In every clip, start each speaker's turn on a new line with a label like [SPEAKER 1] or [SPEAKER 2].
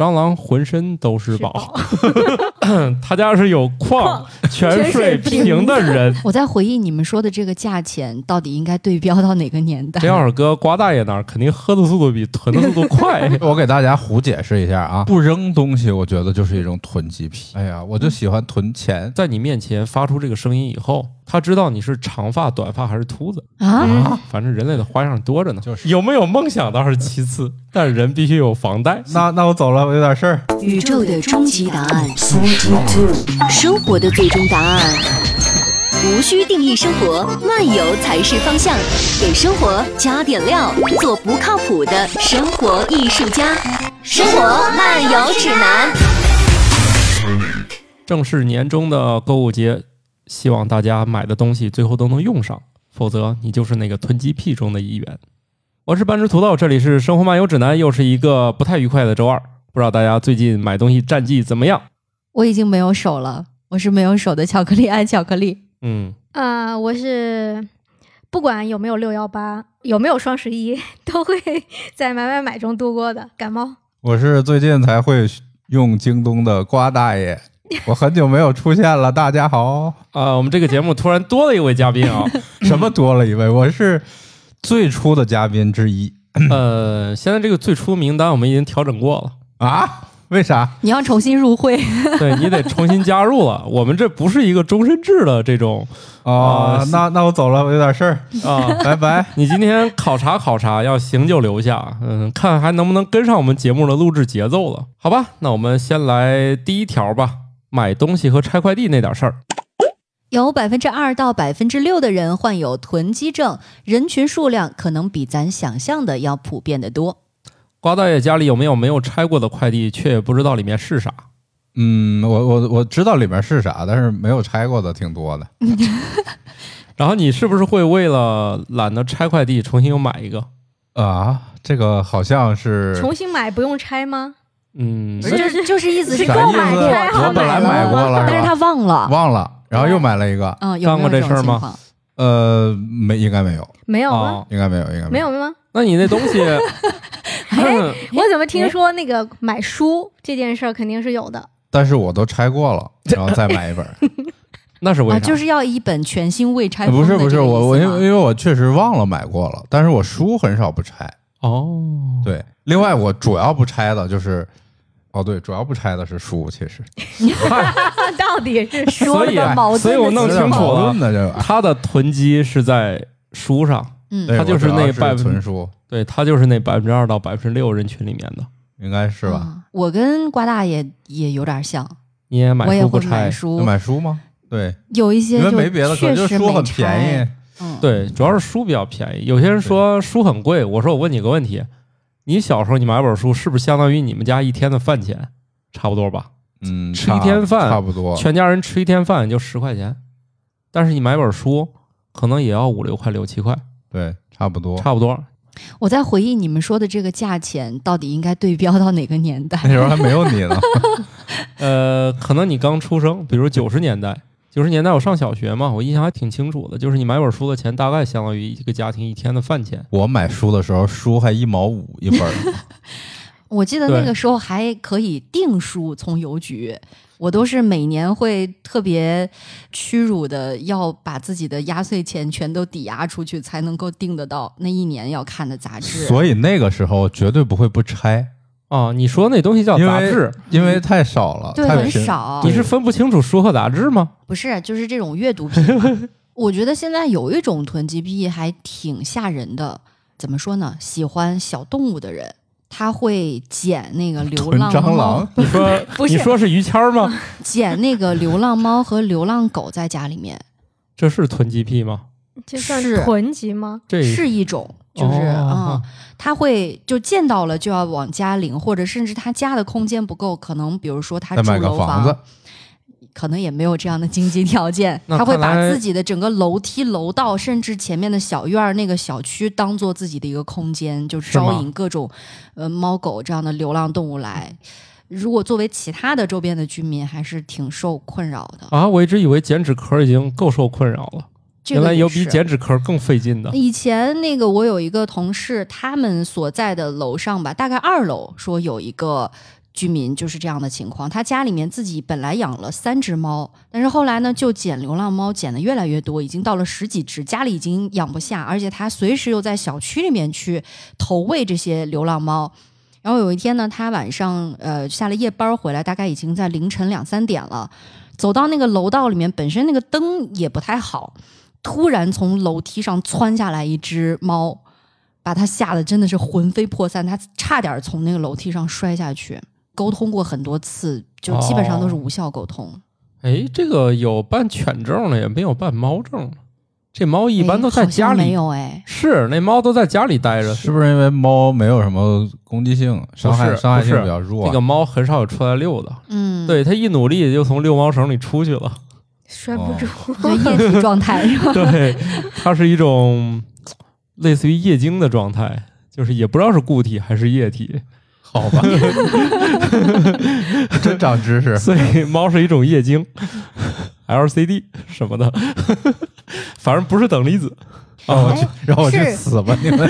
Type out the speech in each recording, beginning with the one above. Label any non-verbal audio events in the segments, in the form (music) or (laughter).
[SPEAKER 1] 蟑螂浑身都是
[SPEAKER 2] 是
[SPEAKER 1] 宝， (laughs) 他家是有矿泉水瓶的人。
[SPEAKER 3] 我在回忆你们说的这个价钱到底应该对标到哪个年代？
[SPEAKER 1] 林二哥、瓜大爷那儿肯定喝的速度比囤的速度快。
[SPEAKER 4] 我给大家胡解释一下啊，不扔东西，我觉得就是一种囤积癖。哎呀，我就喜欢囤
[SPEAKER 1] (laughs)
[SPEAKER 4] 钱。
[SPEAKER 1] 在你面前发出这个声音以后，他知道你是长发、短发还是秃子
[SPEAKER 3] 啊，
[SPEAKER 1] 啊？反正人类的花样多着呢。
[SPEAKER 4] 就是
[SPEAKER 1] 有没有梦想倒是其次，但人必须有房贷。
[SPEAKER 4] 那那我走了，我有点事儿。
[SPEAKER 5] 宇宙的终极答案，生活的最终答案。无需定义生活，漫游才是方向。给生活加点料，做不靠谱的生活艺术家。生活漫游指南。
[SPEAKER 1] 正是年终的购物节，希望大家买的东西最后都能用上，否则你就是那个囤积癖中的一员。我是半只土豆，这里是生活漫游指南，又是一个不太愉快的周二。不知道大家最近买东西战绩怎么样？
[SPEAKER 3] 我已经没有手了，我是没有手的巧克力爱巧克力。
[SPEAKER 1] 嗯，
[SPEAKER 2] 啊、我是不管有没有六幺八，有没有双十一， (laughs) 都会在买买买中度过的。感冒，
[SPEAKER 4] 我是最近才会用京东的瓜大爷，我很久没有出现了。大家好，
[SPEAKER 1] 啊、我们这个节目突然多了一位嘉宾啊，
[SPEAKER 4] 什么多了一位，我是最初的嘉宾之一
[SPEAKER 1] 呃，现在这个最初名单我们已经调整过了。
[SPEAKER 4] 啊？为啥？
[SPEAKER 3] 你要重新入会，
[SPEAKER 1] 对你得重新加入了。我们这不是一个终身制的这种
[SPEAKER 4] 哦
[SPEAKER 1] 啊，
[SPEAKER 4] 那那我走了，我有点事儿，
[SPEAKER 1] 啊。
[SPEAKER 4] (laughs) 拜拜。
[SPEAKER 1] 你今天考察考察，要行就留下，嗯，看还能不能跟上我们节目的录制节奏了。好吧，那我们先来第一条吧，买东西和拆快递那点事儿。
[SPEAKER 3] 有百分之二到百分之六的人患有囤积症，人群数量可能比咱想象的要普遍的多。
[SPEAKER 1] 瓜大爷家里有没有没有拆过的快递，却也不知道里面是啥？
[SPEAKER 4] 嗯，我我我知道里面是啥，但是没有拆过的挺多的。
[SPEAKER 1] 然后你是不是会为了懒得拆快递，重新又买一个？
[SPEAKER 4] 啊，这个好像是
[SPEAKER 2] 重新买不用拆吗？
[SPEAKER 1] 嗯，
[SPEAKER 4] 哎
[SPEAKER 3] 就是就是意思是
[SPEAKER 4] 啥
[SPEAKER 3] 购
[SPEAKER 4] 意
[SPEAKER 3] 买
[SPEAKER 4] 思
[SPEAKER 3] 过，
[SPEAKER 2] 拆好
[SPEAKER 3] 他
[SPEAKER 4] 我本来
[SPEAKER 3] 了，
[SPEAKER 4] 买过了，
[SPEAKER 3] 但
[SPEAKER 4] 是
[SPEAKER 3] 是
[SPEAKER 4] 吧
[SPEAKER 3] 他？忘了。
[SPEAKER 4] 忘了，然后又买了一个。
[SPEAKER 3] 嗯，有没
[SPEAKER 1] 干过
[SPEAKER 3] 有
[SPEAKER 1] 这
[SPEAKER 3] 这
[SPEAKER 1] 事
[SPEAKER 3] 种
[SPEAKER 1] 儿
[SPEAKER 3] 情
[SPEAKER 1] 吗
[SPEAKER 3] 况？
[SPEAKER 4] 呃，没，应该没有，
[SPEAKER 2] 没有吗？
[SPEAKER 1] 哦，
[SPEAKER 4] 应该没有，应该
[SPEAKER 2] 没有吗？
[SPEAKER 1] 那你那东西，嗯
[SPEAKER 2] 我怎么
[SPEAKER 4] 哎
[SPEAKER 2] 听说那个买书这件事儿肯定是有的？
[SPEAKER 4] 但是我都拆过
[SPEAKER 3] (laughs)
[SPEAKER 4] 了，然后再买一本。
[SPEAKER 1] 那是为啥？
[SPEAKER 3] 啊， (laughs) 就是要一本全新未拆封
[SPEAKER 4] 不
[SPEAKER 3] 的
[SPEAKER 4] 是
[SPEAKER 3] 这
[SPEAKER 4] 不
[SPEAKER 3] 个意思
[SPEAKER 4] 是，
[SPEAKER 3] 吗。
[SPEAKER 4] 我我因为因为我确实忘了买过了，但是我书很少不拆。
[SPEAKER 1] 哦，
[SPEAKER 4] 对，另外我主要不拆的就是，哦对，主要不拆的是书，其实
[SPEAKER 2] 到底是
[SPEAKER 3] 说
[SPEAKER 1] 所以
[SPEAKER 4] 啊
[SPEAKER 3] 的矛盾的
[SPEAKER 1] 所以我弄
[SPEAKER 3] 情
[SPEAKER 1] 清
[SPEAKER 3] 况
[SPEAKER 1] 楚了
[SPEAKER 4] 的这玩意
[SPEAKER 1] 他的囤积是在书上。
[SPEAKER 4] 儿，
[SPEAKER 3] 嗯，
[SPEAKER 1] 它就是
[SPEAKER 4] 对我主要
[SPEAKER 1] 那半
[SPEAKER 4] 是存书，
[SPEAKER 1] 对，它就是那百分之二到百分之六人群里面的。
[SPEAKER 4] 应该是吧？
[SPEAKER 3] 啊我跟瓜大爷也有点像，
[SPEAKER 1] 你也买
[SPEAKER 3] 我也
[SPEAKER 1] 书不
[SPEAKER 3] 会
[SPEAKER 1] 拆
[SPEAKER 3] 买？
[SPEAKER 4] 就
[SPEAKER 3] 书，
[SPEAKER 4] 买书吗？对，
[SPEAKER 3] 有一些
[SPEAKER 4] 因为
[SPEAKER 3] 哦就
[SPEAKER 4] 没别的，可
[SPEAKER 3] 确
[SPEAKER 4] 能就
[SPEAKER 3] 实
[SPEAKER 4] 是书
[SPEAKER 3] 没
[SPEAKER 4] 很
[SPEAKER 3] 拆
[SPEAKER 4] 便宜。。
[SPEAKER 3] 嗯，
[SPEAKER 1] 对，主要是书比较便宜。有些人说书很贵，我说我问你个问题：你小时候你买本书，是不是相当于你们家一天的饭钱？差不多吧，
[SPEAKER 4] 嗯，
[SPEAKER 1] 吃一
[SPEAKER 4] 差
[SPEAKER 1] 天饭
[SPEAKER 4] 差不多，
[SPEAKER 1] 全家人吃一天饭也就十块钱，但是你买本书可能也要五六块、六七块，
[SPEAKER 4] 对，差不多。
[SPEAKER 1] 差不多。
[SPEAKER 3] 我在回忆你们说的这个价钱到底应该对标到哪个年代
[SPEAKER 4] 那？时候还没有你呢，
[SPEAKER 1] 呃，可能你刚出生，比如九十年代，九十年代我上小学嘛，我印象还挺清楚的，就是你买本书的钱大概相当于一个家庭一天的饭钱。
[SPEAKER 4] 我买书的时候，书还一毛五一
[SPEAKER 3] (laughs)
[SPEAKER 4] 本儿，
[SPEAKER 3] 我记得
[SPEAKER 1] 对
[SPEAKER 3] 那个时候还可以订书从邮局，我都是每年会特别屈辱的，要把自己的压岁钱全都抵押出去，才能够订得到那一年要看的杂志。
[SPEAKER 4] 所以那个时候绝对不会不拆。
[SPEAKER 1] 哦，你说那东西叫
[SPEAKER 4] 因
[SPEAKER 1] 杂
[SPEAKER 4] 为
[SPEAKER 1] 志，
[SPEAKER 4] 因为太少了，
[SPEAKER 3] 对，
[SPEAKER 4] 太
[SPEAKER 3] 很
[SPEAKER 4] 贫 (laughs)
[SPEAKER 3] 少。
[SPEAKER 1] 你是分不清楚书和杂志吗？ (laughs)
[SPEAKER 3] 不是，就是这种阅读
[SPEAKER 4] (laughs)
[SPEAKER 3] 癖。我觉得现在有一种囤积癖还挺吓人的，怎么说呢？喜欢小动物的人，他会捡那个流
[SPEAKER 4] 囤
[SPEAKER 3] 浪
[SPEAKER 4] 蟑
[SPEAKER 3] 猫
[SPEAKER 4] 螂，，
[SPEAKER 1] 你说
[SPEAKER 3] 不是
[SPEAKER 1] 你说是于谦儿
[SPEAKER 3] (laughs)
[SPEAKER 1] 吗？
[SPEAKER 3] 捡那个流浪猫和流浪狗在家里面
[SPEAKER 1] 这是囤积癖吗？
[SPEAKER 2] 这算
[SPEAKER 3] 是
[SPEAKER 2] 囤积吗？
[SPEAKER 1] 这
[SPEAKER 3] 是一种，就是、
[SPEAKER 1] 哦
[SPEAKER 3] 嗯，他会就见到了就要往家领，或者甚至他家的空间不够，可能比如说他
[SPEAKER 4] 再
[SPEAKER 3] 住
[SPEAKER 4] 买个
[SPEAKER 3] 楼
[SPEAKER 4] 房子，
[SPEAKER 3] 可能也没有这样的经济条件，
[SPEAKER 1] 那
[SPEAKER 3] 他会
[SPEAKER 1] 看
[SPEAKER 3] 把
[SPEAKER 1] 来
[SPEAKER 3] 自己的整个楼梯、楼道，甚至前面的小院儿、那个小区，当做自己的一个空间，就是
[SPEAKER 1] 吗
[SPEAKER 3] 招引各种呃猫狗这样的流浪动物来。如果作为其他的周边的居民，还是挺受困扰的。
[SPEAKER 1] 啊，我一直以为剪纸壳已经够受困扰了，
[SPEAKER 3] 这
[SPEAKER 1] 原
[SPEAKER 3] 个
[SPEAKER 1] 来
[SPEAKER 3] 也
[SPEAKER 1] 有比
[SPEAKER 3] 是
[SPEAKER 1] 剪纸壳更费劲的。
[SPEAKER 3] 以前那个我有一个同事，他们所在的楼上吧，大概二楼，说有一个居民就是这样的情况。他家里面自己本来养了三只猫，但是后来呢，就捡流浪猫，捡的越来越多，已经到了十几只，家里已经养不下，而且他随时又在小区里面去投喂这些流浪猫。然后有一天呢，他晚上呃下了夜班回来，大概已经在凌晨两三点了，走到那个楼道里面，本身那个灯也不太好，突然从楼梯上窜下来一只猫，把他吓得真的是魂飞魄散，他差点从那个楼梯上摔下去。沟通过很多次，就基本上都是无效沟通。
[SPEAKER 1] 哎，这个有办犬证的，也没有办猫证的。这猫一
[SPEAKER 3] 哎
[SPEAKER 1] 般都在
[SPEAKER 3] 好像
[SPEAKER 1] 家
[SPEAKER 3] 没
[SPEAKER 1] 里，
[SPEAKER 3] 有哎，
[SPEAKER 1] 是那猫都在家里待着。
[SPEAKER 4] 是不是因为猫没有什么攻击性，伤害
[SPEAKER 1] 不是
[SPEAKER 4] 伤害性
[SPEAKER 1] 不是
[SPEAKER 4] 比较弱？
[SPEAKER 1] 这个猫很少有出来溜的，
[SPEAKER 3] 嗯，，
[SPEAKER 1] 对它一努力就从遛猫绳里出去
[SPEAKER 3] (laughs)
[SPEAKER 1] 了。
[SPEAKER 2] 拴不
[SPEAKER 4] 哦
[SPEAKER 2] 住。 (laughs)
[SPEAKER 3] 就液
[SPEAKER 4] (laughs)
[SPEAKER 3] 体状态是吧？
[SPEAKER 1] 对，它是一种类似于液晶的状态，就是也不知道是固体还是液体，
[SPEAKER 4] 好 (laughs) 吧，真长
[SPEAKER 1] (laughs)
[SPEAKER 4] 知识。
[SPEAKER 1] 所以猫是一种液晶，LCD 什么的， (laughs) 反正不是等离子。
[SPEAKER 4] 让哦我去
[SPEAKER 3] 哎，
[SPEAKER 4] 让我去
[SPEAKER 3] 是
[SPEAKER 4] 死吧！你们，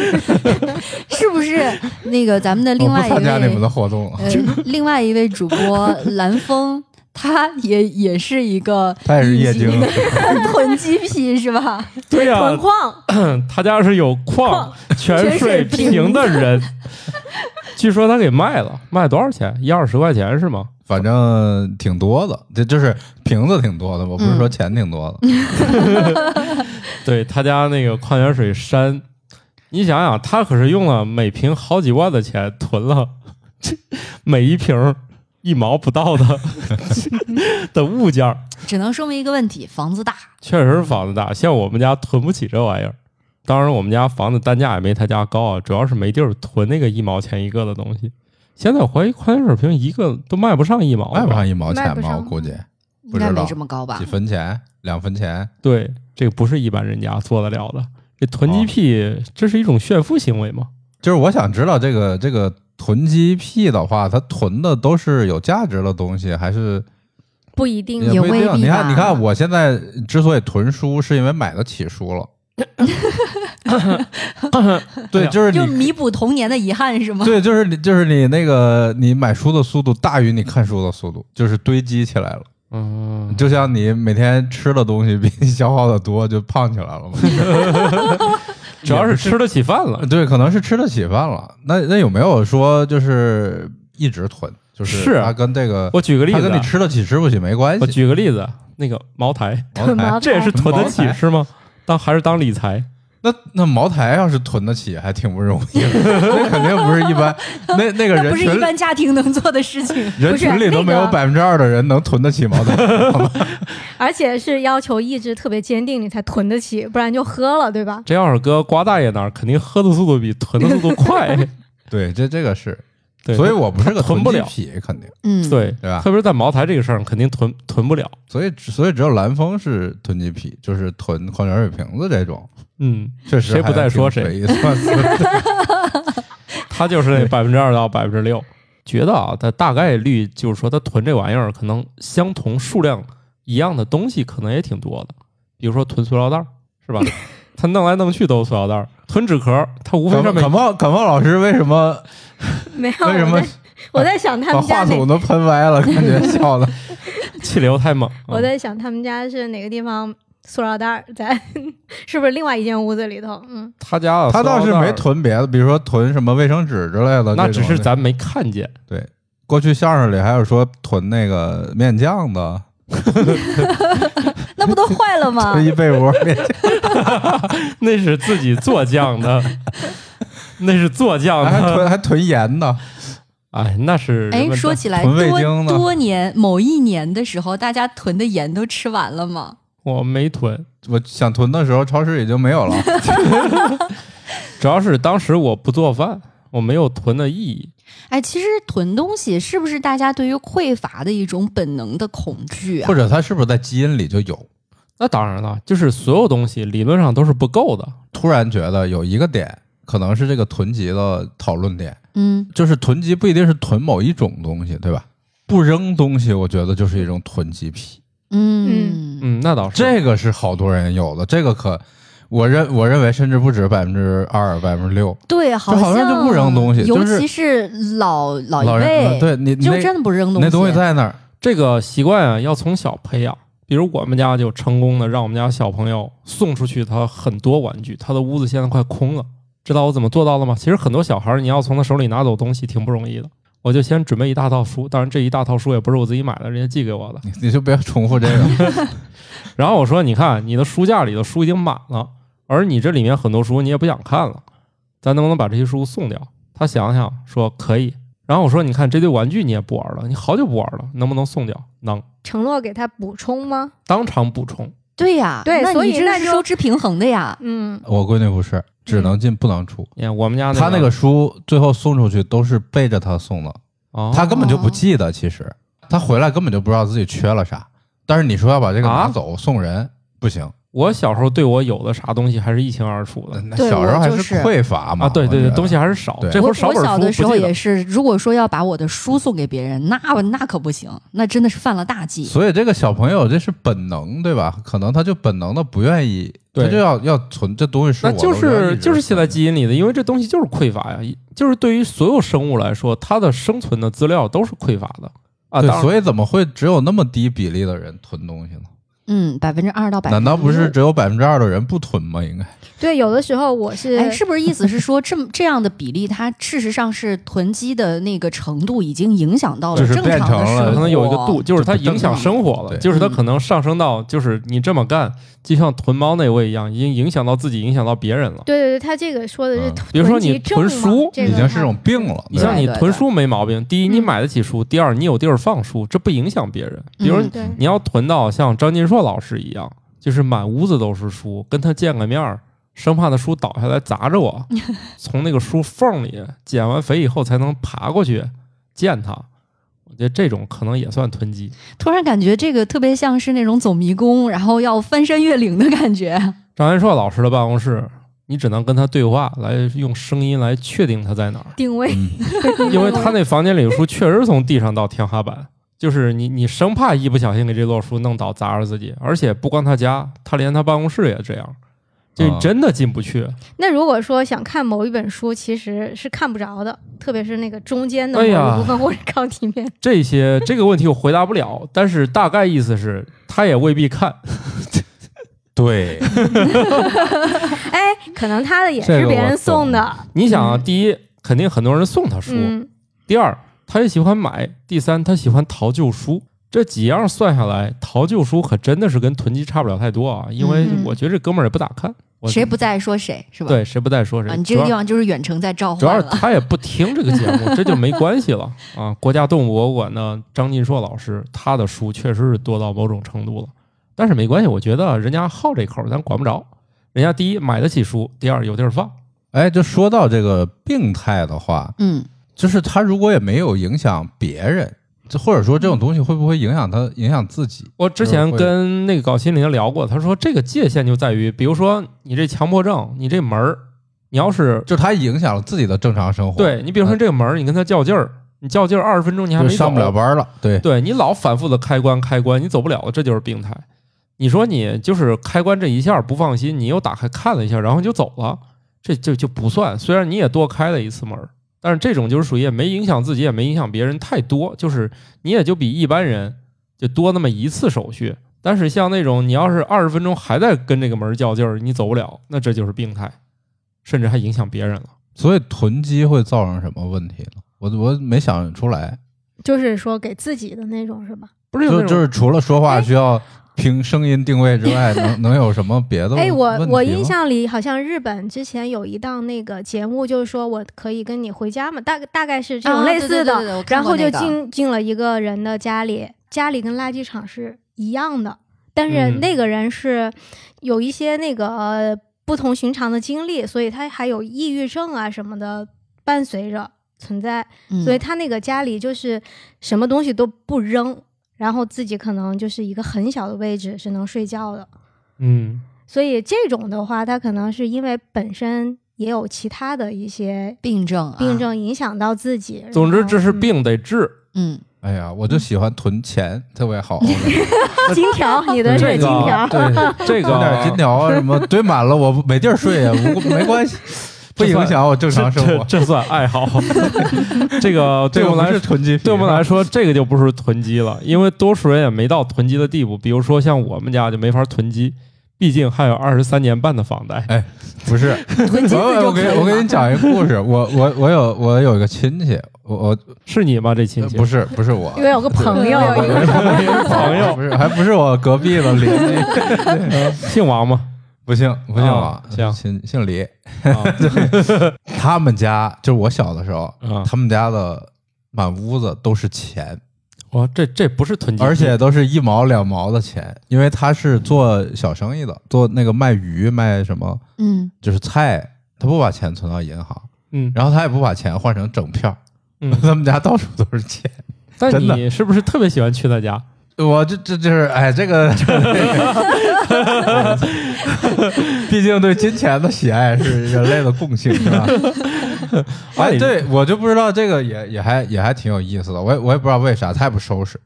[SPEAKER 3] 是不是那个咱们的另
[SPEAKER 4] 我
[SPEAKER 3] 外
[SPEAKER 4] 不
[SPEAKER 3] 一位
[SPEAKER 4] 参加你们的活动了。
[SPEAKER 3] 呃，另外一位主播蓝峰，他也也是一个
[SPEAKER 4] 他也是液
[SPEAKER 3] 隐
[SPEAKER 4] 晶
[SPEAKER 3] 形的 (laughs) 囤积癖是吧？
[SPEAKER 1] 对呀、
[SPEAKER 2] 囤矿，
[SPEAKER 1] 他家是有矿泉水
[SPEAKER 3] 泉水
[SPEAKER 1] 瓶
[SPEAKER 3] 瓶
[SPEAKER 1] 的人， (laughs) 据说他给卖了，卖多少钱？一二十块钱是吗？
[SPEAKER 4] 反正挺多的，这就是瓶子挺多的，我不是说钱挺多
[SPEAKER 3] 嗯
[SPEAKER 4] 的，
[SPEAKER 1] 对他家那个矿泉水山，你想想，他可是用了每瓶好几万的钱囤了， (laughs) 这每一瓶一毛不到的 (laughs) 的物件儿，
[SPEAKER 3] 只能说明一个问题：房子大。
[SPEAKER 1] 确实是房子大，像我们家囤不起这玩意儿。当然，我们家房子单价也没他家高啊，主要是没地儿囤那个一毛钱一个的东西。现在我怀疑矿泉水瓶一个都卖不上一毛，
[SPEAKER 4] 卖不上。一毛钱
[SPEAKER 2] 卖不
[SPEAKER 4] 吧，
[SPEAKER 2] 上
[SPEAKER 4] 我估计
[SPEAKER 3] 应
[SPEAKER 4] 不知道
[SPEAKER 3] 该没这么高吧
[SPEAKER 4] 几？分钱，两分钱。
[SPEAKER 1] 对，这个不是一般人家做得了的。这囤积癖，这是一种炫富行为吗？
[SPEAKER 4] 就是我想知道这个这个囤积癖的话，它囤的都是有价值的东西，还是
[SPEAKER 2] 不一定
[SPEAKER 4] 也
[SPEAKER 3] 也
[SPEAKER 4] 不一
[SPEAKER 3] 未
[SPEAKER 4] 定？
[SPEAKER 3] 必
[SPEAKER 4] 你
[SPEAKER 3] 吧
[SPEAKER 4] 看，你看，我现在之所以囤书，是因为买得起
[SPEAKER 3] (laughs)
[SPEAKER 4] 书了。对，就是
[SPEAKER 3] 就
[SPEAKER 4] 你
[SPEAKER 3] 弥补童年的遗憾是吗？
[SPEAKER 4] 对，就是你，就是你那个，你买书的速度大于你看书的速度，就是堆积起来了。
[SPEAKER 1] 嗯，
[SPEAKER 4] 就像你每天吃的东西比你消耗的多，就胖起来了嘛。
[SPEAKER 1] 主要是吃得起饭了。
[SPEAKER 4] 呃对，可能是吃得起饭了。那那有没有说就是一直囤？就是
[SPEAKER 1] 是啊
[SPEAKER 4] 它跟这个，
[SPEAKER 1] 我举个例
[SPEAKER 4] 它
[SPEAKER 1] 子
[SPEAKER 4] 跟你
[SPEAKER 1] 啊，
[SPEAKER 4] 吃得起吃不起没关
[SPEAKER 1] 我
[SPEAKER 4] 系。
[SPEAKER 1] 举个例子，那个茅台，
[SPEAKER 4] 茅台，
[SPEAKER 2] 茅
[SPEAKER 1] 这也是囤得起
[SPEAKER 4] 茅台
[SPEAKER 1] 是吗？当还是当理财？
[SPEAKER 4] 那那茅台要是囤得起，还挺不容易的， (laughs) 那肯定不是
[SPEAKER 3] (laughs)
[SPEAKER 4] 一般，那那个
[SPEAKER 3] 那
[SPEAKER 4] 人
[SPEAKER 3] 不是一
[SPEAKER 4] 群
[SPEAKER 3] 般家庭能做的事情。啊
[SPEAKER 4] 人
[SPEAKER 2] 不是
[SPEAKER 4] 群里都
[SPEAKER 2] 那
[SPEAKER 4] 没有
[SPEAKER 2] 个
[SPEAKER 4] 百分之二的人能囤得起茅台。 (laughs)
[SPEAKER 2] 而且是要求意志特别坚定，你才囤得起，不然就喝了，对吧？
[SPEAKER 1] 这要是搁瓜大爷那儿，肯定喝的速度比囤的速度
[SPEAKER 4] (laughs)
[SPEAKER 1] 快。
[SPEAKER 4] 对，这这个是，
[SPEAKER 1] 对，
[SPEAKER 4] 所以我不是个
[SPEAKER 1] 囤不
[SPEAKER 4] 积
[SPEAKER 1] 了
[SPEAKER 4] 癖，肯定。
[SPEAKER 3] 嗯，
[SPEAKER 1] 对
[SPEAKER 4] 对吧
[SPEAKER 1] 特别是在茅台这个事儿，肯定囤囤不了。
[SPEAKER 4] 所以所以只有蓝峰是囤积癖，就是囤矿泉水瓶子这种，
[SPEAKER 1] 嗯，
[SPEAKER 4] 确实
[SPEAKER 1] 谁不
[SPEAKER 4] 还
[SPEAKER 1] 在
[SPEAKER 4] 挺
[SPEAKER 1] 说谁
[SPEAKER 4] 匪夷所思的
[SPEAKER 1] 他就是那百分之二到百分之六， (laughs) 觉得啊，他大概率就是说他囤这玩意儿，可能相同数量一样的东西可能也挺多的，比如说囤塑料袋儿，是
[SPEAKER 4] (laughs)
[SPEAKER 1] 吧？他弄来弄去都是塑料袋儿，囤纸壳儿，他无非
[SPEAKER 4] 感
[SPEAKER 1] 上
[SPEAKER 4] 冒
[SPEAKER 1] 面
[SPEAKER 4] 感冒感冒老师为什
[SPEAKER 2] (laughs)
[SPEAKER 4] 么
[SPEAKER 2] 没有，
[SPEAKER 4] 为什么
[SPEAKER 2] 我在我在想他
[SPEAKER 4] 把
[SPEAKER 2] 们家
[SPEAKER 4] 话
[SPEAKER 2] 哪
[SPEAKER 4] 筒都喷歪了？感觉笑 (laughs) 的。
[SPEAKER 1] 气流太猛。嗯
[SPEAKER 2] 我在想他们家是哪个地方塑料袋儿在， (laughs) 是不是另外一间屋子里头？嗯，
[SPEAKER 1] 他家的
[SPEAKER 4] 他倒
[SPEAKER 1] 塑
[SPEAKER 4] 是
[SPEAKER 1] 料袋儿，
[SPEAKER 4] 没囤别的，比如说囤什么卫生纸之类的这种的。
[SPEAKER 1] 那只是咱没看见。
[SPEAKER 4] 过去相声里还有说囤那个面酱的，
[SPEAKER 3] 那不都坏了吗
[SPEAKER 2] 啊
[SPEAKER 4] 这？一被窝面 (laughs) 酱。
[SPEAKER 1] 那是自己做酱
[SPEAKER 4] (laughs)
[SPEAKER 1] 的，那是做酱
[SPEAKER 4] 还
[SPEAKER 1] 的。
[SPEAKER 4] 囤还囤盐呢，
[SPEAKER 1] 哎，那是人
[SPEAKER 3] 哎，
[SPEAKER 1] 们
[SPEAKER 3] 说
[SPEAKER 1] 的
[SPEAKER 3] 起来，
[SPEAKER 4] 囤味
[SPEAKER 3] 多
[SPEAKER 4] 精呢
[SPEAKER 3] 多年某一年的时候，大家囤的盐都吃完了吗？
[SPEAKER 1] 我没囤，
[SPEAKER 4] 我想囤的时候，超市已经没
[SPEAKER 2] (laughs)
[SPEAKER 4] 有了。
[SPEAKER 1] 主要是当时我不做饭，我没有囤的意义。
[SPEAKER 3] 哎，其实囤东西是不是大家对于匮乏的一种本能的恐惧啊
[SPEAKER 4] 或？者它是不是在基因里就有？
[SPEAKER 1] 那当然了，就是所有东西理论上都是不够的。
[SPEAKER 4] 突然觉得有一个点，可能是这个囤积的讨论点，
[SPEAKER 3] 嗯，
[SPEAKER 4] 就是囤积不一定是囤某一种东西，对吧？不扔东西，我觉得就是一种囤积癖，
[SPEAKER 3] 嗯
[SPEAKER 1] 嗯，那倒是。
[SPEAKER 4] 这个是好多人有的。这个可，我认我认为甚至不止百分之二、百分之六，
[SPEAKER 3] 对，
[SPEAKER 4] 好像
[SPEAKER 3] 像
[SPEAKER 4] 就不扔东西
[SPEAKER 3] 尤
[SPEAKER 4] 就是
[SPEAKER 3] 其是老老
[SPEAKER 4] 老
[SPEAKER 3] 哦一
[SPEAKER 4] 人
[SPEAKER 3] 辈，
[SPEAKER 4] 呃对你
[SPEAKER 3] 就
[SPEAKER 4] 那
[SPEAKER 3] 真的不扔东西。
[SPEAKER 4] 那东西在那儿，
[SPEAKER 1] 这个习惯啊，要从小培养。比如我们家就成功的让我们家小朋友送出去他很多玩具，他的屋子现在快空了。知道我怎么做到了吗？其实很多小孩儿你要从他手里拿走东西挺不容易的。我就先准备一大套书，当然这一大套书也不是我自己买的，人家寄给我的。
[SPEAKER 4] 你你就别重复
[SPEAKER 3] (laughs)
[SPEAKER 4] 这个。
[SPEAKER 1] 然后我说：“你看，你的书架里的书已经满了，而你这里面很多书你也不想看了，咱能不能把这些书送掉？”他想想说：“可以。”然后我说：“你看，这堆玩具你也不玩了，你好久不玩了，能不能送掉？”能，
[SPEAKER 2] 承诺给他补充吗？
[SPEAKER 1] 当场补充。
[SPEAKER 3] 对呀，
[SPEAKER 2] 对
[SPEAKER 3] 那
[SPEAKER 2] 所
[SPEAKER 3] 你
[SPEAKER 2] 以
[SPEAKER 3] 这
[SPEAKER 2] 那
[SPEAKER 3] 是
[SPEAKER 2] 就
[SPEAKER 3] 收支平衡的呀。
[SPEAKER 2] 嗯，
[SPEAKER 4] 我闺女不是，只能进不能出。
[SPEAKER 1] 你哎看我们家
[SPEAKER 4] 她那个书最后送出去都是背着她送的，
[SPEAKER 1] 哦，
[SPEAKER 4] 她根本就不记得。其实她回来根本就不知道自己缺了啥。但是你说要把这个拿
[SPEAKER 1] 啊
[SPEAKER 4] 走送人不行，
[SPEAKER 1] 我小时候对我有的啥东西还是一清二楚的
[SPEAKER 4] 那
[SPEAKER 3] 对
[SPEAKER 4] 小时候
[SPEAKER 3] 我
[SPEAKER 4] 还
[SPEAKER 3] 就是
[SPEAKER 4] 是匮乏嘛。
[SPEAKER 1] 啊，对对
[SPEAKER 4] 我觉
[SPEAKER 1] 对，
[SPEAKER 4] 得
[SPEAKER 1] 东西还是少
[SPEAKER 4] 对。
[SPEAKER 1] 这会
[SPEAKER 3] 我
[SPEAKER 1] 儿少
[SPEAKER 3] 我
[SPEAKER 1] 本书
[SPEAKER 3] 小的时
[SPEAKER 1] 不
[SPEAKER 3] 候
[SPEAKER 1] 记得
[SPEAKER 3] 也是，如果说要把我的书送给别人，那那可不行，那真的是犯了大忌。
[SPEAKER 4] 所以这个小朋友这是本能，对吧？可能他就本能的不愿意，
[SPEAKER 1] 对
[SPEAKER 4] 他就要要存这东西是
[SPEAKER 1] 那
[SPEAKER 4] 我
[SPEAKER 1] 就
[SPEAKER 4] 的我要一
[SPEAKER 1] 是
[SPEAKER 4] 直
[SPEAKER 1] 就是写在
[SPEAKER 4] 存
[SPEAKER 1] 基因里的，因为这东西就是匮乏呀，就是对于所有生物来说，它的生存的资料都是匮乏的啊。
[SPEAKER 4] 对
[SPEAKER 1] 当，然
[SPEAKER 4] 所以怎么会只有那么低比例的人囤东西呢？
[SPEAKER 3] 嗯，百分之二到百分之
[SPEAKER 4] 难道不是只有百分之二的人不囤吗？应该
[SPEAKER 2] 对，有的时候我是，
[SPEAKER 3] 哎，是不是意思是说，这么这样的比例，它事实上是囤积的那个程度已经影响到了
[SPEAKER 4] 就是
[SPEAKER 3] 正
[SPEAKER 4] 变
[SPEAKER 3] 常的
[SPEAKER 4] 成
[SPEAKER 3] 生
[SPEAKER 4] 了
[SPEAKER 3] 活，
[SPEAKER 1] 可能有一个度，呃就是它影响生活了，
[SPEAKER 4] 对
[SPEAKER 1] 就是它
[SPEAKER 3] 嗯
[SPEAKER 1] 可能上升到就是你这么干，就像囤猫那位一样，已经影响到自己，影响到别人了。
[SPEAKER 2] 对对对，他这个说的是
[SPEAKER 4] 嗯
[SPEAKER 2] 囤、
[SPEAKER 1] 比如说你
[SPEAKER 2] 囤积症
[SPEAKER 1] 囤
[SPEAKER 2] 嘛
[SPEAKER 1] 书
[SPEAKER 2] 这
[SPEAKER 4] 已
[SPEAKER 2] 个
[SPEAKER 4] 经是
[SPEAKER 2] 他
[SPEAKER 4] 种病了。
[SPEAKER 1] 你
[SPEAKER 4] 对吧
[SPEAKER 1] 像你
[SPEAKER 3] 对
[SPEAKER 1] 囤
[SPEAKER 3] 对
[SPEAKER 1] 书没毛病，第一你
[SPEAKER 2] 嗯
[SPEAKER 1] 买得起书，第二你有地儿放书，这不影响别人。比如
[SPEAKER 3] 嗯
[SPEAKER 2] 对
[SPEAKER 1] 你要囤到像张金硕老师一样，就是满屋子都是书，跟他见个面儿，生怕他书倒下来砸着
[SPEAKER 2] (laughs)
[SPEAKER 1] 我，从那个书缝里减完肥以后才能爬过去见他。我觉得这种可能也算囤积。
[SPEAKER 3] 突然感觉这个特别像是那种走迷宫，然后要翻山越岭的感觉。
[SPEAKER 1] 张金硕老师的办公室，你只能跟他对话，来用声音来确定他在哪儿，
[SPEAKER 2] 定位，
[SPEAKER 1] 嗯因为他那房间里的书确实从地上到天花板。就是你，你生怕一不小心给这摞书弄倒砸着自己，而且不光他家，他连他办公室也这样，就
[SPEAKER 4] 啊
[SPEAKER 1] 你真的进不去。
[SPEAKER 2] (laughs) 那如果说想看某一本书，其实是看不着的，特别是那个中间的
[SPEAKER 1] 哎
[SPEAKER 2] 某
[SPEAKER 1] 呀
[SPEAKER 2] 一部分或者靠里
[SPEAKER 1] (laughs)
[SPEAKER 2] 面。
[SPEAKER 1] 这些这个问题我回答不了，但是大概意思是，他也未必看。
[SPEAKER 4] 对，
[SPEAKER 2] 哎，可能他的也
[SPEAKER 4] 这
[SPEAKER 2] 是
[SPEAKER 4] 个
[SPEAKER 2] 别
[SPEAKER 4] 我
[SPEAKER 2] 人
[SPEAKER 4] 懂
[SPEAKER 2] 送的。
[SPEAKER 1] 你想啊，第一，肯定很多人送他书；
[SPEAKER 2] 嗯，
[SPEAKER 1] 第二，他也喜欢买；第三，他喜欢淘旧书。这几样算下来，淘旧书可真的是跟囤积差不了太多啊！因为
[SPEAKER 2] 嗯
[SPEAKER 1] 我觉得这哥们儿也不咋看，我
[SPEAKER 3] 谁不在说谁是吧？
[SPEAKER 1] 对谁不再说谁。
[SPEAKER 3] 啊，你这个
[SPEAKER 1] 主
[SPEAKER 3] 地
[SPEAKER 1] 要
[SPEAKER 3] 方就是远程在召
[SPEAKER 1] 主要
[SPEAKER 3] 唤
[SPEAKER 1] 是
[SPEAKER 3] 了。
[SPEAKER 1] 他也不听这个节
[SPEAKER 3] (laughs)
[SPEAKER 1] 目，这就没关系了啊！国家动物博物馆的张晋硕老师，他的书确实是多到某种程度了，但是没关系，我觉得人家好这口儿，咱管不着。人家第一买得起书，第二有地儿放，
[SPEAKER 4] (laughs) 哎，就说到这个病态的话，
[SPEAKER 3] 嗯，
[SPEAKER 4] 就是他如果也没有影响别人，就或者说这种东西会不会影响他影响自己？
[SPEAKER 1] 我之
[SPEAKER 4] 嗯
[SPEAKER 1] 前跟那个搞心理的聊过，他说这个界限就在于，比如说你这强迫症，你这门儿，你要是
[SPEAKER 4] 就他影响了自己的正常生活，，啊
[SPEAKER 1] 对你，比如说这个门儿，你跟他较劲儿，你较劲儿二十分钟你还
[SPEAKER 4] 就
[SPEAKER 1] 没
[SPEAKER 4] 上不
[SPEAKER 1] 走
[SPEAKER 4] 了，班了。
[SPEAKER 1] (laughs)
[SPEAKER 4] 对，
[SPEAKER 1] 对你老反复的开关开关，你走不了了，这就是病态。你说你就是开关这一下不放心，你又打开看了一下，然后你就走了，这就就不算。虽然你也多开了一次门儿，但是这种就是属于也没影响自己，也没影响别人太多，就是你也就比一般人就多那么一次手续。但是像那种你要是二十分钟还在跟这个门儿较劲儿，你走不了，那这就是病态，甚至还影响别人了。
[SPEAKER 4] 所以囤积会造成什么问题呢？我我没想出来，
[SPEAKER 2] 就是说给自己的那种是吧？
[SPEAKER 1] 不是有
[SPEAKER 4] 就
[SPEAKER 1] 那种
[SPEAKER 4] 就是除了说话需要凭声音定位之外，能能有什么别的问题吗？
[SPEAKER 2] 哎，我我印象里好像日本之前有一档那个节目，就是说我可以跟你回家嘛，大大概是这种
[SPEAKER 3] 啊
[SPEAKER 2] 类
[SPEAKER 3] 对
[SPEAKER 2] 似
[SPEAKER 3] 对
[SPEAKER 2] 的。
[SPEAKER 3] 对对我看
[SPEAKER 2] 然
[SPEAKER 3] 过
[SPEAKER 2] 后就
[SPEAKER 3] 那个
[SPEAKER 2] 进进了一个人的家里，家里跟垃圾场是一样的，但是
[SPEAKER 1] 嗯
[SPEAKER 2] 那个人是有一些那个、呃不同寻常的经历，所以他还有抑郁症啊什么的伴随着存在。
[SPEAKER 3] 嗯
[SPEAKER 2] 所以他那个家里就是什么东西都不扔，然后自己可能就是一个很小的位置是能睡觉的。
[SPEAKER 1] 嗯，
[SPEAKER 2] 所以这种的话，他可能是因为本身也有其他的一些
[SPEAKER 3] 病症、啊，
[SPEAKER 2] 病，症影响到自己。
[SPEAKER 1] 总之这是
[SPEAKER 2] 然后。嗯
[SPEAKER 1] 病得治，
[SPEAKER 3] 嗯，
[SPEAKER 4] 哎呀，我就喜欢囤钱，特别好，整
[SPEAKER 2] 金条，你的是
[SPEAKER 1] 这
[SPEAKER 2] 金条
[SPEAKER 1] 个，对这
[SPEAKER 4] 点金
[SPEAKER 1] 个
[SPEAKER 4] 条啊什么堆满了，我没地儿睡呀，不没
[SPEAKER 1] (laughs)
[SPEAKER 4] 关系，不影响我正常生
[SPEAKER 1] 这
[SPEAKER 4] 活。
[SPEAKER 1] 这算爱好。 (laughs) 这个
[SPEAKER 4] (laughs)
[SPEAKER 1] 对我
[SPEAKER 4] 我
[SPEAKER 1] 们来
[SPEAKER 4] 是
[SPEAKER 1] 说，
[SPEAKER 4] 囤积癖，
[SPEAKER 1] 对我们来说，这个就不是囤积了，因为多数人也没到囤积的地步。比如说像我们家就没法囤积，毕竟还有二十三年半的房贷。
[SPEAKER 4] 不是，
[SPEAKER 3] 囤
[SPEAKER 1] (laughs)
[SPEAKER 3] 金
[SPEAKER 4] 我
[SPEAKER 3] 子
[SPEAKER 4] 我
[SPEAKER 3] 就可以
[SPEAKER 4] 给
[SPEAKER 3] 了
[SPEAKER 4] 我给你讲一个故事，我我我有我有一个亲戚，我我
[SPEAKER 1] 是你吗？这亲戚
[SPEAKER 4] 呃不是不是我，
[SPEAKER 2] 因为有个朋友，
[SPEAKER 3] 对
[SPEAKER 4] 我
[SPEAKER 1] 我有个 (laughs) 朋友
[SPEAKER 4] 不是还不是我隔壁的邻
[SPEAKER 1] (laughs)
[SPEAKER 4] 居，
[SPEAKER 1] 姓王
[SPEAKER 4] (laughs)
[SPEAKER 1] 吗？
[SPEAKER 4] 不姓不姓王
[SPEAKER 1] 啊，行
[SPEAKER 4] 姓姓李，
[SPEAKER 1] 啊
[SPEAKER 4] 他们家就是我小的时候，
[SPEAKER 1] 啊，
[SPEAKER 4] 他们家的满屋子都是钱，
[SPEAKER 1] 哇，这这不是囤积，
[SPEAKER 4] 而且都是一毛两毛的钱，因为他是做小生意的，做那个卖鱼卖什么，
[SPEAKER 3] 嗯，
[SPEAKER 4] 就是菜，他不把钱存到银行，
[SPEAKER 1] 嗯，
[SPEAKER 4] 然后他也不把钱换成整票，
[SPEAKER 1] 嗯
[SPEAKER 4] (laughs) 他们家到处都是钱。
[SPEAKER 1] 但
[SPEAKER 4] 真的
[SPEAKER 1] 你是不是特别喜欢去他家？
[SPEAKER 4] 我这这就是哎，这个，毕竟对金钱的喜爱是人类的共性，是吧？哎，对我就不知道这个也也还也还挺有意思的，我也我也不知道为啥他也不收拾，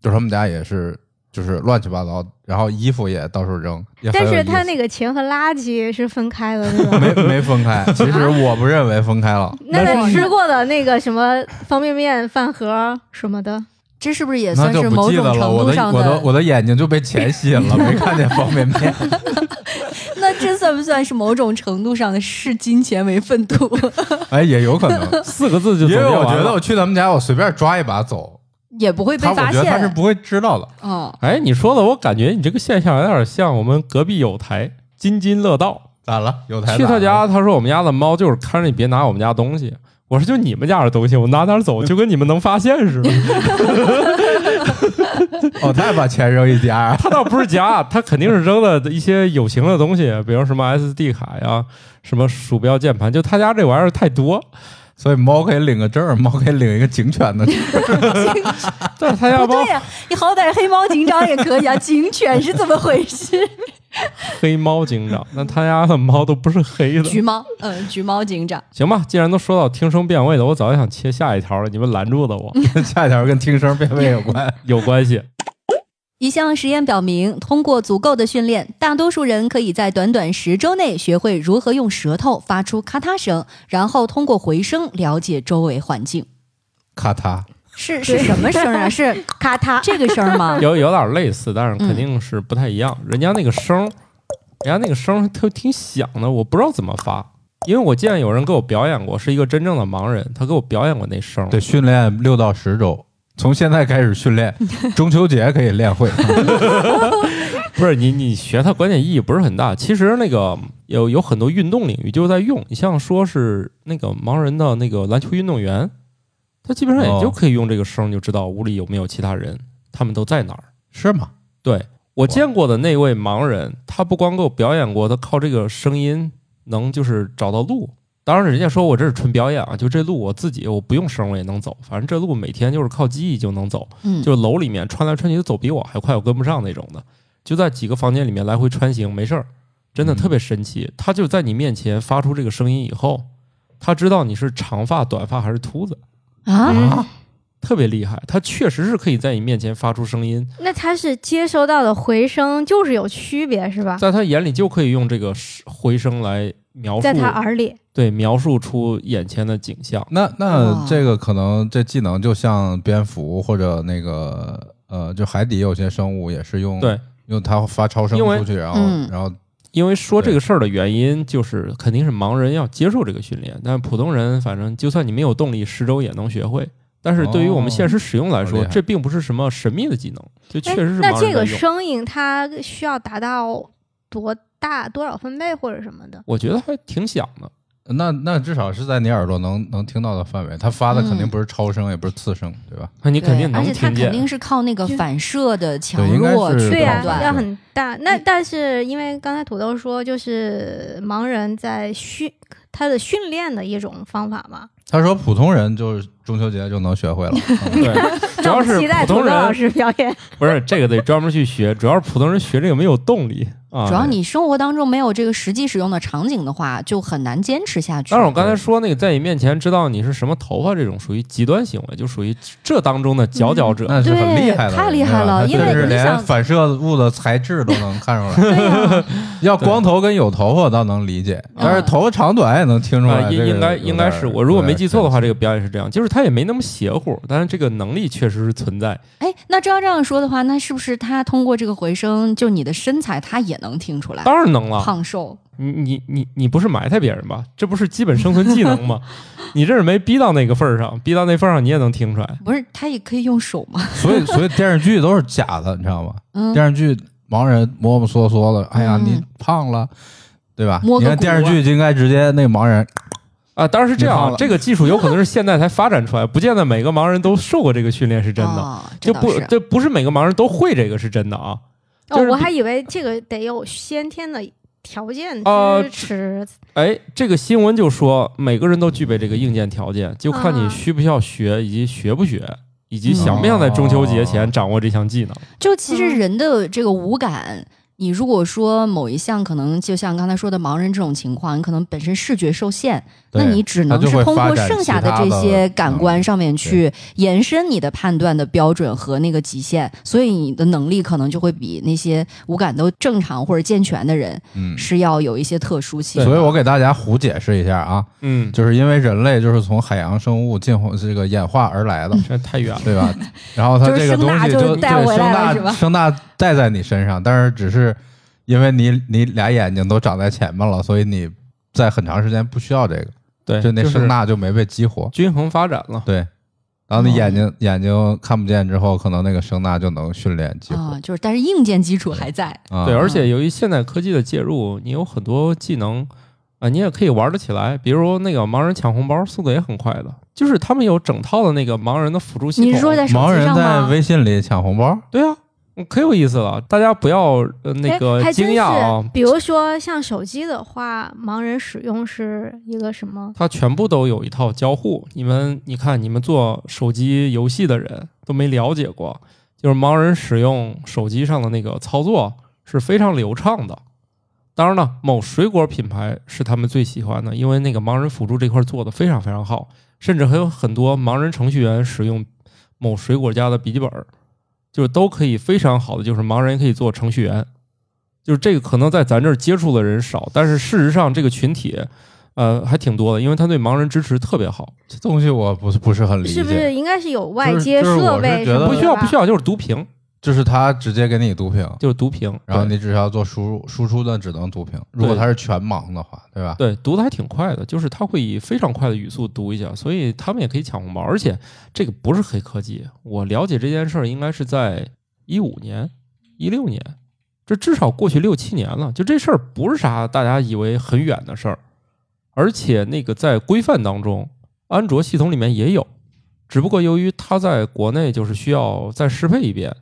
[SPEAKER 4] 就是他们家也是就是乱七八糟，然后衣服也到处扔，也很
[SPEAKER 2] 但
[SPEAKER 4] 有
[SPEAKER 2] 是
[SPEAKER 4] 意思
[SPEAKER 2] 他那个钱和垃圾是分开的，对吧？
[SPEAKER 4] 没没分开，其实我不认为分开了，
[SPEAKER 2] 那
[SPEAKER 3] 但
[SPEAKER 2] 他
[SPEAKER 3] 是
[SPEAKER 2] 吃过的那个什么方便面、饭盒什么的，
[SPEAKER 3] 这是不是也
[SPEAKER 4] 那
[SPEAKER 3] 算
[SPEAKER 4] 就是不
[SPEAKER 3] 某
[SPEAKER 4] 记
[SPEAKER 3] 种
[SPEAKER 4] 得了，
[SPEAKER 3] 程
[SPEAKER 4] 我
[SPEAKER 3] 度
[SPEAKER 4] 的
[SPEAKER 3] 上
[SPEAKER 4] 我的我的眼睛就被钱吸引了，没看见方便面。
[SPEAKER 3] (laughs) 那这算不算是某种程度上的视金钱为粪土？
[SPEAKER 4] 哎，也有可能，
[SPEAKER 1] 四个字就
[SPEAKER 4] 因
[SPEAKER 1] 总
[SPEAKER 4] 为
[SPEAKER 1] 结
[SPEAKER 4] 我
[SPEAKER 1] 完
[SPEAKER 4] 觉得
[SPEAKER 1] 了。
[SPEAKER 4] 我去他们家，我随便抓一把走，
[SPEAKER 3] 也不会被
[SPEAKER 4] 他
[SPEAKER 3] 发
[SPEAKER 4] 我觉得他是
[SPEAKER 3] 现。
[SPEAKER 4] 不会知道的。
[SPEAKER 3] 哦，
[SPEAKER 1] 哎，你说的我感觉你这个现象有点像我们隔壁有台津津乐道，
[SPEAKER 4] 咋了？啊有台
[SPEAKER 1] 去
[SPEAKER 4] 咋
[SPEAKER 1] 他
[SPEAKER 4] 了
[SPEAKER 1] 家，他说我们家的猫就是看着你别拿我们家东西。我说就你们家的东西，我拿哪儿走，就 (laughs) 跟你们能发现似的。
[SPEAKER 4] 哦，他也把钱扔一家，啊
[SPEAKER 1] (laughs) 他倒不是夹，他肯定是扔了一些有形的东西，比如什么 SD 卡呀、什么鼠标、键盘，就他家这玩意儿太多。
[SPEAKER 4] 所以猫可以领个证儿，猫可以领一个警犬的证儿。
[SPEAKER 1] 但是他家
[SPEAKER 3] 不
[SPEAKER 1] 猫
[SPEAKER 3] 对呀、你好歹黑猫警长也可以啊，警犬是怎么回事？ (laughs)
[SPEAKER 1] 黑猫警长，那他家的猫都不是
[SPEAKER 3] (laughs)
[SPEAKER 1] 黑的。
[SPEAKER 3] 橘猫，嗯，橘猫警长，
[SPEAKER 1] 行吧，既然都说到听声辨位了，我早就想切下一条了，你们拦住的我，
[SPEAKER 4] 下一条跟听声辨位有关。
[SPEAKER 1] 有关系。
[SPEAKER 3] 一项实验表明，通过足够的训练，大多数人可以在短短十周内学会如何用舌头发出咔嗒声，然后通过回声了解周围环境。
[SPEAKER 4] 咔嚓，
[SPEAKER 3] 是是什么 (laughs) 声啊？是
[SPEAKER 2] 咔嗒，
[SPEAKER 3] 这个声吗？ (laughs)
[SPEAKER 1] 有有点类似，但是肯定是不太一样。人家那个声儿，人家那个声儿特挺响的，我不知道怎么发。因为我见有人给我表演过，是一个真正的盲人，他给我表演过那声儿。
[SPEAKER 4] 对，训练六到十周，从现在开始训练，中秋节可以练会。
[SPEAKER 1] 不是你，你学它关键意义不是很大。其实那个有有很多运动领域就是在用，你像说是那个盲人的那个篮球运动员，他基本上也就
[SPEAKER 4] 哦
[SPEAKER 1] 可以用这个声儿就知道屋里有没有其他人，他们都在哪儿。
[SPEAKER 3] (laughs)
[SPEAKER 4] 是吗？
[SPEAKER 1] 对我见过的那位盲人，他不光给我表演过，他靠这个声音能就是找到路。当然，人家说我这是纯表演啊，就这路我自己我不用声我也能走，反正这路每天就是靠记忆就能走。
[SPEAKER 3] 嗯，
[SPEAKER 1] 就楼里面穿来穿去，走比我还快，我跟不上那种的，就在几个房间里面来回穿行，没事儿，真的
[SPEAKER 4] 嗯
[SPEAKER 1] 特别神奇。他就在你面前发出这个声音以后，他知道你是长发、短发还是秃子，
[SPEAKER 3] 啊，
[SPEAKER 2] 嗯，
[SPEAKER 1] 特别厉害。他确实是可以在你面前发出声音，
[SPEAKER 2] 那他是接收到的回声就是有区别是吧？
[SPEAKER 1] 在他眼里就可以用这个回声来描述
[SPEAKER 2] 在，他啊耳里，
[SPEAKER 1] 对，描述出眼前的景象。
[SPEAKER 4] 那
[SPEAKER 3] 哇
[SPEAKER 4] 那这个可能这技能就像蝙蝠或者那个呃，就海底有些生物也是用
[SPEAKER 1] 对，
[SPEAKER 4] 用它发超声
[SPEAKER 1] 因为
[SPEAKER 4] 出去，然后、
[SPEAKER 3] 嗯
[SPEAKER 4] 然后
[SPEAKER 1] 因为说这个事儿的原因，就是肯定是盲人要接受这个训练，但普通人反正就算你没有动力，十周也能学会。但是对于我们现实使用来
[SPEAKER 4] 哦好
[SPEAKER 1] 说，
[SPEAKER 4] 厉害
[SPEAKER 1] 这并不是什么神秘的技能，就确
[SPEAKER 2] 哎
[SPEAKER 1] 实是
[SPEAKER 2] 那
[SPEAKER 1] 盲人
[SPEAKER 2] 这
[SPEAKER 1] 在
[SPEAKER 2] 个
[SPEAKER 1] 用。
[SPEAKER 2] 声音它需要达到多大多少分贝或者什么的？
[SPEAKER 1] 我觉得还挺响的，
[SPEAKER 4] 那那至少是在你耳朵能能听到的范围，它发的肯定
[SPEAKER 3] 嗯
[SPEAKER 4] 不是超声，也不是次声，对吧？
[SPEAKER 1] 那你
[SPEAKER 3] 对
[SPEAKER 1] 肯定能
[SPEAKER 3] 而且它
[SPEAKER 1] 听
[SPEAKER 3] 肯
[SPEAKER 1] 见。
[SPEAKER 3] 定是靠那个反射的强
[SPEAKER 4] 对应该
[SPEAKER 3] 弱
[SPEAKER 4] 是
[SPEAKER 3] 去
[SPEAKER 2] 对呀、
[SPEAKER 1] 啊
[SPEAKER 3] 判
[SPEAKER 4] 这个
[SPEAKER 3] 断。
[SPEAKER 2] 要
[SPEAKER 4] 对
[SPEAKER 2] 很大。那但是因为刚才土豆说，就是盲人在训他的训练的一种方法嘛。
[SPEAKER 4] 他说普通人就是中秋节就能学会了，嗯
[SPEAKER 2] (laughs)
[SPEAKER 1] 对，主
[SPEAKER 2] 那
[SPEAKER 1] 要
[SPEAKER 2] 我们
[SPEAKER 1] 是
[SPEAKER 2] 期待
[SPEAKER 1] 普
[SPEAKER 2] 土豆
[SPEAKER 1] 通
[SPEAKER 2] 老
[SPEAKER 1] 人
[SPEAKER 2] 师表演。
[SPEAKER 1] 不是这个得专门去学，主要是普通人学这个没有动力。啊，
[SPEAKER 3] 主要你生活当中没有这个实际使用的场景的话，就很难坚持下去。
[SPEAKER 1] 但是我刚才说那个，在你面前知道你是什么头发，这种属于极端行为，就属于这当中的佼佼者。
[SPEAKER 4] 那是很厉害的，
[SPEAKER 3] 对太厉害了
[SPEAKER 4] 对吧
[SPEAKER 3] 因为
[SPEAKER 4] 他甚至
[SPEAKER 3] 你想
[SPEAKER 4] 连反射物的材质都能
[SPEAKER 3] (laughs)
[SPEAKER 4] 看出来。
[SPEAKER 3] 对啊嗯呀、
[SPEAKER 4] 要光头跟有头发我倒能理解，但是头发长短也能听出
[SPEAKER 1] 啊，
[SPEAKER 4] 来。
[SPEAKER 1] 应
[SPEAKER 4] 这个
[SPEAKER 1] 应该
[SPEAKER 4] 有
[SPEAKER 1] 应该
[SPEAKER 4] 点
[SPEAKER 1] 是我，如果没记错的话，
[SPEAKER 4] 有
[SPEAKER 1] 这
[SPEAKER 4] 点
[SPEAKER 1] 个表演是这样，就是他也没那么邪乎，但是这个能力确实是存在。
[SPEAKER 3] 哎，那照这样说的话，那是不是他通过这个回声，就你的身材他也能听出来？
[SPEAKER 1] 当然能了，
[SPEAKER 3] 胖瘦，
[SPEAKER 1] 你你你你不是埋汰别人吧？这不是基本生存技能吗？ (laughs) 你这是没逼到那个份儿上，逼到那份儿上你也能听出来。
[SPEAKER 3] 不是他也可以用手吗？
[SPEAKER 4] 所以所以电视剧都是假的，你知道吗？
[SPEAKER 3] 嗯，
[SPEAKER 4] 电视剧盲人磨磨嗦嗦的，哎呀，
[SPEAKER 3] 嗯
[SPEAKER 4] 你胖了，对吧？
[SPEAKER 3] 摸
[SPEAKER 4] 你
[SPEAKER 3] 个
[SPEAKER 4] 看
[SPEAKER 3] 骨啊
[SPEAKER 4] 电视剧就应该直接那盲人，
[SPEAKER 1] 啊，当然是这样
[SPEAKER 4] 你
[SPEAKER 1] 啊
[SPEAKER 4] 胖，了
[SPEAKER 1] 这个技术有可能是现在才发展出来，不见得每个盲人都受过这个训练是真的，
[SPEAKER 3] 哦、这
[SPEAKER 1] 就
[SPEAKER 3] 倒
[SPEAKER 1] 不
[SPEAKER 3] 是
[SPEAKER 1] 这不是每个盲人都会这个是真的啊。 (laughs) 就
[SPEAKER 2] 哦，
[SPEAKER 1] 是
[SPEAKER 2] 我
[SPEAKER 1] 比
[SPEAKER 2] 还以为这个得有先天的条件
[SPEAKER 1] 呃
[SPEAKER 2] 支持。
[SPEAKER 1] 哎，这个新闻就说每个人都具备这个硬件条件，就看你
[SPEAKER 2] 啊
[SPEAKER 1] 需不需要学，以及学不学，以
[SPEAKER 4] 嗯
[SPEAKER 1] 及想不想在中秋节前掌握这
[SPEAKER 4] 哦
[SPEAKER 1] 项技能。
[SPEAKER 3] 就其实
[SPEAKER 2] 嗯
[SPEAKER 3] 人的这个五感，你如果说某一项可能就像刚才说的盲人这种情况，你可能本身视觉受限，那
[SPEAKER 4] 对
[SPEAKER 3] 你只
[SPEAKER 4] 它
[SPEAKER 3] 能
[SPEAKER 4] 就是会
[SPEAKER 3] 通
[SPEAKER 4] 发
[SPEAKER 3] 过
[SPEAKER 4] 展
[SPEAKER 3] 剩
[SPEAKER 4] 其
[SPEAKER 3] 下的
[SPEAKER 4] 他
[SPEAKER 3] 这
[SPEAKER 4] 的
[SPEAKER 3] 些感
[SPEAKER 4] 嗯
[SPEAKER 3] 官上面去延伸你的判断的标准和那个极限，所以你的能力可能就会比那些五感都正常或者健全的人
[SPEAKER 4] 嗯。
[SPEAKER 3] 是要有一些特殊性。
[SPEAKER 4] 所以我给大家胡解释一下啊，
[SPEAKER 1] 嗯，
[SPEAKER 4] 就是因为人类就是从海洋生物进化这个演化而
[SPEAKER 3] (laughs)
[SPEAKER 4] 来的，
[SPEAKER 1] 这太远了。
[SPEAKER 4] 对吧？然后它
[SPEAKER 3] 就是
[SPEAKER 4] 这个
[SPEAKER 3] 声
[SPEAKER 4] 东
[SPEAKER 3] 呐
[SPEAKER 4] 西
[SPEAKER 3] 就
[SPEAKER 4] 就对
[SPEAKER 3] 带回来
[SPEAKER 4] 声
[SPEAKER 3] 了
[SPEAKER 4] 呐
[SPEAKER 3] 是吧
[SPEAKER 4] 声呐带在你身上，但是只是因为你你俩眼睛都长在前面了，所以你在很长时间不需要这个，
[SPEAKER 1] 对，
[SPEAKER 4] 就那
[SPEAKER 1] 是
[SPEAKER 4] 声呐就没被激活。
[SPEAKER 1] 均衡发展了。
[SPEAKER 4] 对，然后你眼睛、眼睛看不见之后，可能那个声呐就能训练激活
[SPEAKER 3] 啊，。就是但是硬件基础还在。
[SPEAKER 4] 啊
[SPEAKER 1] 对，而且由于现代科技的介入，你有很多技能啊、你也可以玩得起来。比如那个盲人抢红包，速度也很快的，就是他们有整套的那个盲人的辅助系统。
[SPEAKER 3] 你是说在手
[SPEAKER 4] 盲
[SPEAKER 3] 机
[SPEAKER 4] 人
[SPEAKER 3] 上
[SPEAKER 4] 在
[SPEAKER 3] 吗？
[SPEAKER 4] 微信里抢红包，
[SPEAKER 1] 对啊，嗯可有意思了，大家不要呃那
[SPEAKER 2] 哎
[SPEAKER 1] 个
[SPEAKER 2] 还
[SPEAKER 1] 惊
[SPEAKER 2] 真
[SPEAKER 1] 讶
[SPEAKER 2] 是
[SPEAKER 1] 啊，，
[SPEAKER 2] 比如说像手机的话，盲人使用是一个什么？
[SPEAKER 1] 它全部都有一套交互。你们你看，你们做手机游戏的人都没了解过，就是盲人使用手机上的那个操作是非常流畅的。当然了，某水果品牌是他们最喜欢的，因为那个盲人辅助这块做的非常非常好，甚至还有很多盲人程序员使用某水果家的笔记本儿，就是都可以非常好的，就是盲人可以做程序员。就是这个可能在咱这儿接触的人少，但是事实上这个群体呃，还挺多的，因为他对盲人支持特别好，
[SPEAKER 4] 这东西我不是不是很理解，
[SPEAKER 2] 是不是应该是有外
[SPEAKER 4] 就是
[SPEAKER 2] 接
[SPEAKER 4] 就是我
[SPEAKER 2] 设
[SPEAKER 4] 是
[SPEAKER 2] 备
[SPEAKER 4] 觉
[SPEAKER 2] 什
[SPEAKER 4] 得
[SPEAKER 2] 么的吧？
[SPEAKER 1] 不需要哦不需要，就是读屏，
[SPEAKER 4] 就是他直接给你读屏，
[SPEAKER 1] 就是读屏，
[SPEAKER 4] 然后
[SPEAKER 1] 对
[SPEAKER 4] 你只需要做输入，输出的只能读屏。如果他是全盲的话，对吧？
[SPEAKER 1] 对读的还挺快的，就是他会以非常快的语速读一下，所以他们也可以抢红包，而且这个不是黑科技，我了解这件事儿应该是在一五年、一六年，这至少过去六七年了，就这事儿不是啥大家以为很远的事儿，而且那个在规范当中，安卓系统里面也有，只不过由于它在国内就是需要再适配一遍，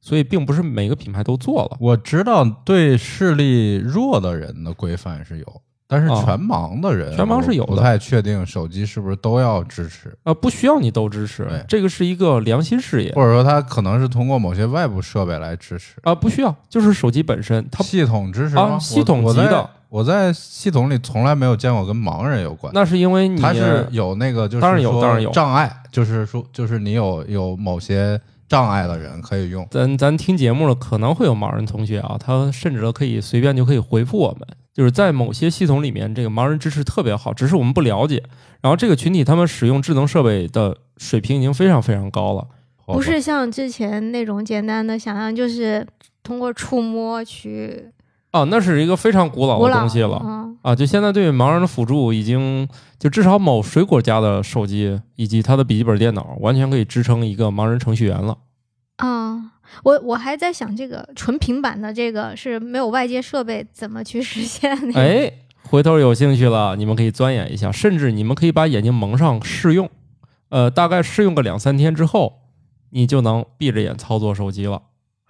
[SPEAKER 1] 所以并不是每个品牌都做了。
[SPEAKER 4] 我知道对视力弱的人的规范是有，但是
[SPEAKER 1] 哦
[SPEAKER 4] 全盲的人，
[SPEAKER 1] 全盲是有的
[SPEAKER 4] 我不太确定手机是不是都要支持，
[SPEAKER 1] 啊，不需要你都支持
[SPEAKER 4] 对，
[SPEAKER 1] 这个是一个良心事业
[SPEAKER 4] 或者说他可能是通过某些外部设备来支持。
[SPEAKER 1] 啊，不需要，就是手机本身它
[SPEAKER 4] 系统支持吗？
[SPEAKER 1] 啊
[SPEAKER 4] 我
[SPEAKER 1] 系统级的
[SPEAKER 4] 我在，我在系统里从来没有见过跟盲人有关。
[SPEAKER 1] 那是因为你
[SPEAKER 4] 他是有那个，就是
[SPEAKER 1] 当然有
[SPEAKER 4] 说
[SPEAKER 1] 当然有
[SPEAKER 4] 障碍，就是说，就是你有有某些障碍的人可以用。
[SPEAKER 1] 咱咱听节目了，可能会有盲人同学啊，他甚至都可以随便就可以回复我们，就是在某些系统里面，这个盲人支持特别好，只是我们不了解。然后这个群体他们使用智能设备的水平已经非常非常高了，
[SPEAKER 4] 好
[SPEAKER 2] 不
[SPEAKER 4] 吧
[SPEAKER 2] 是像之前那种简单的想象，就是通过触摸去
[SPEAKER 1] 啊，那是一个非常古老
[SPEAKER 2] 鼓
[SPEAKER 1] 的
[SPEAKER 2] 掌
[SPEAKER 1] 东西了。
[SPEAKER 2] 嗯，
[SPEAKER 1] 啊，就现在对盲人的辅助已经，就至少某水果家的手机以及他的笔记本电脑，完全可以支撑一个盲人程序员了。
[SPEAKER 2] 嗯，我我还在想，这个纯平板的这个是没有外接设备，怎么去实现 (laughs) 那个？
[SPEAKER 1] 哎，回头有兴趣了，你们可以钻研一下，甚至你们可以把眼睛蒙上试用，呃，大概试用个两三天之后，你就能闭着眼操作手机了。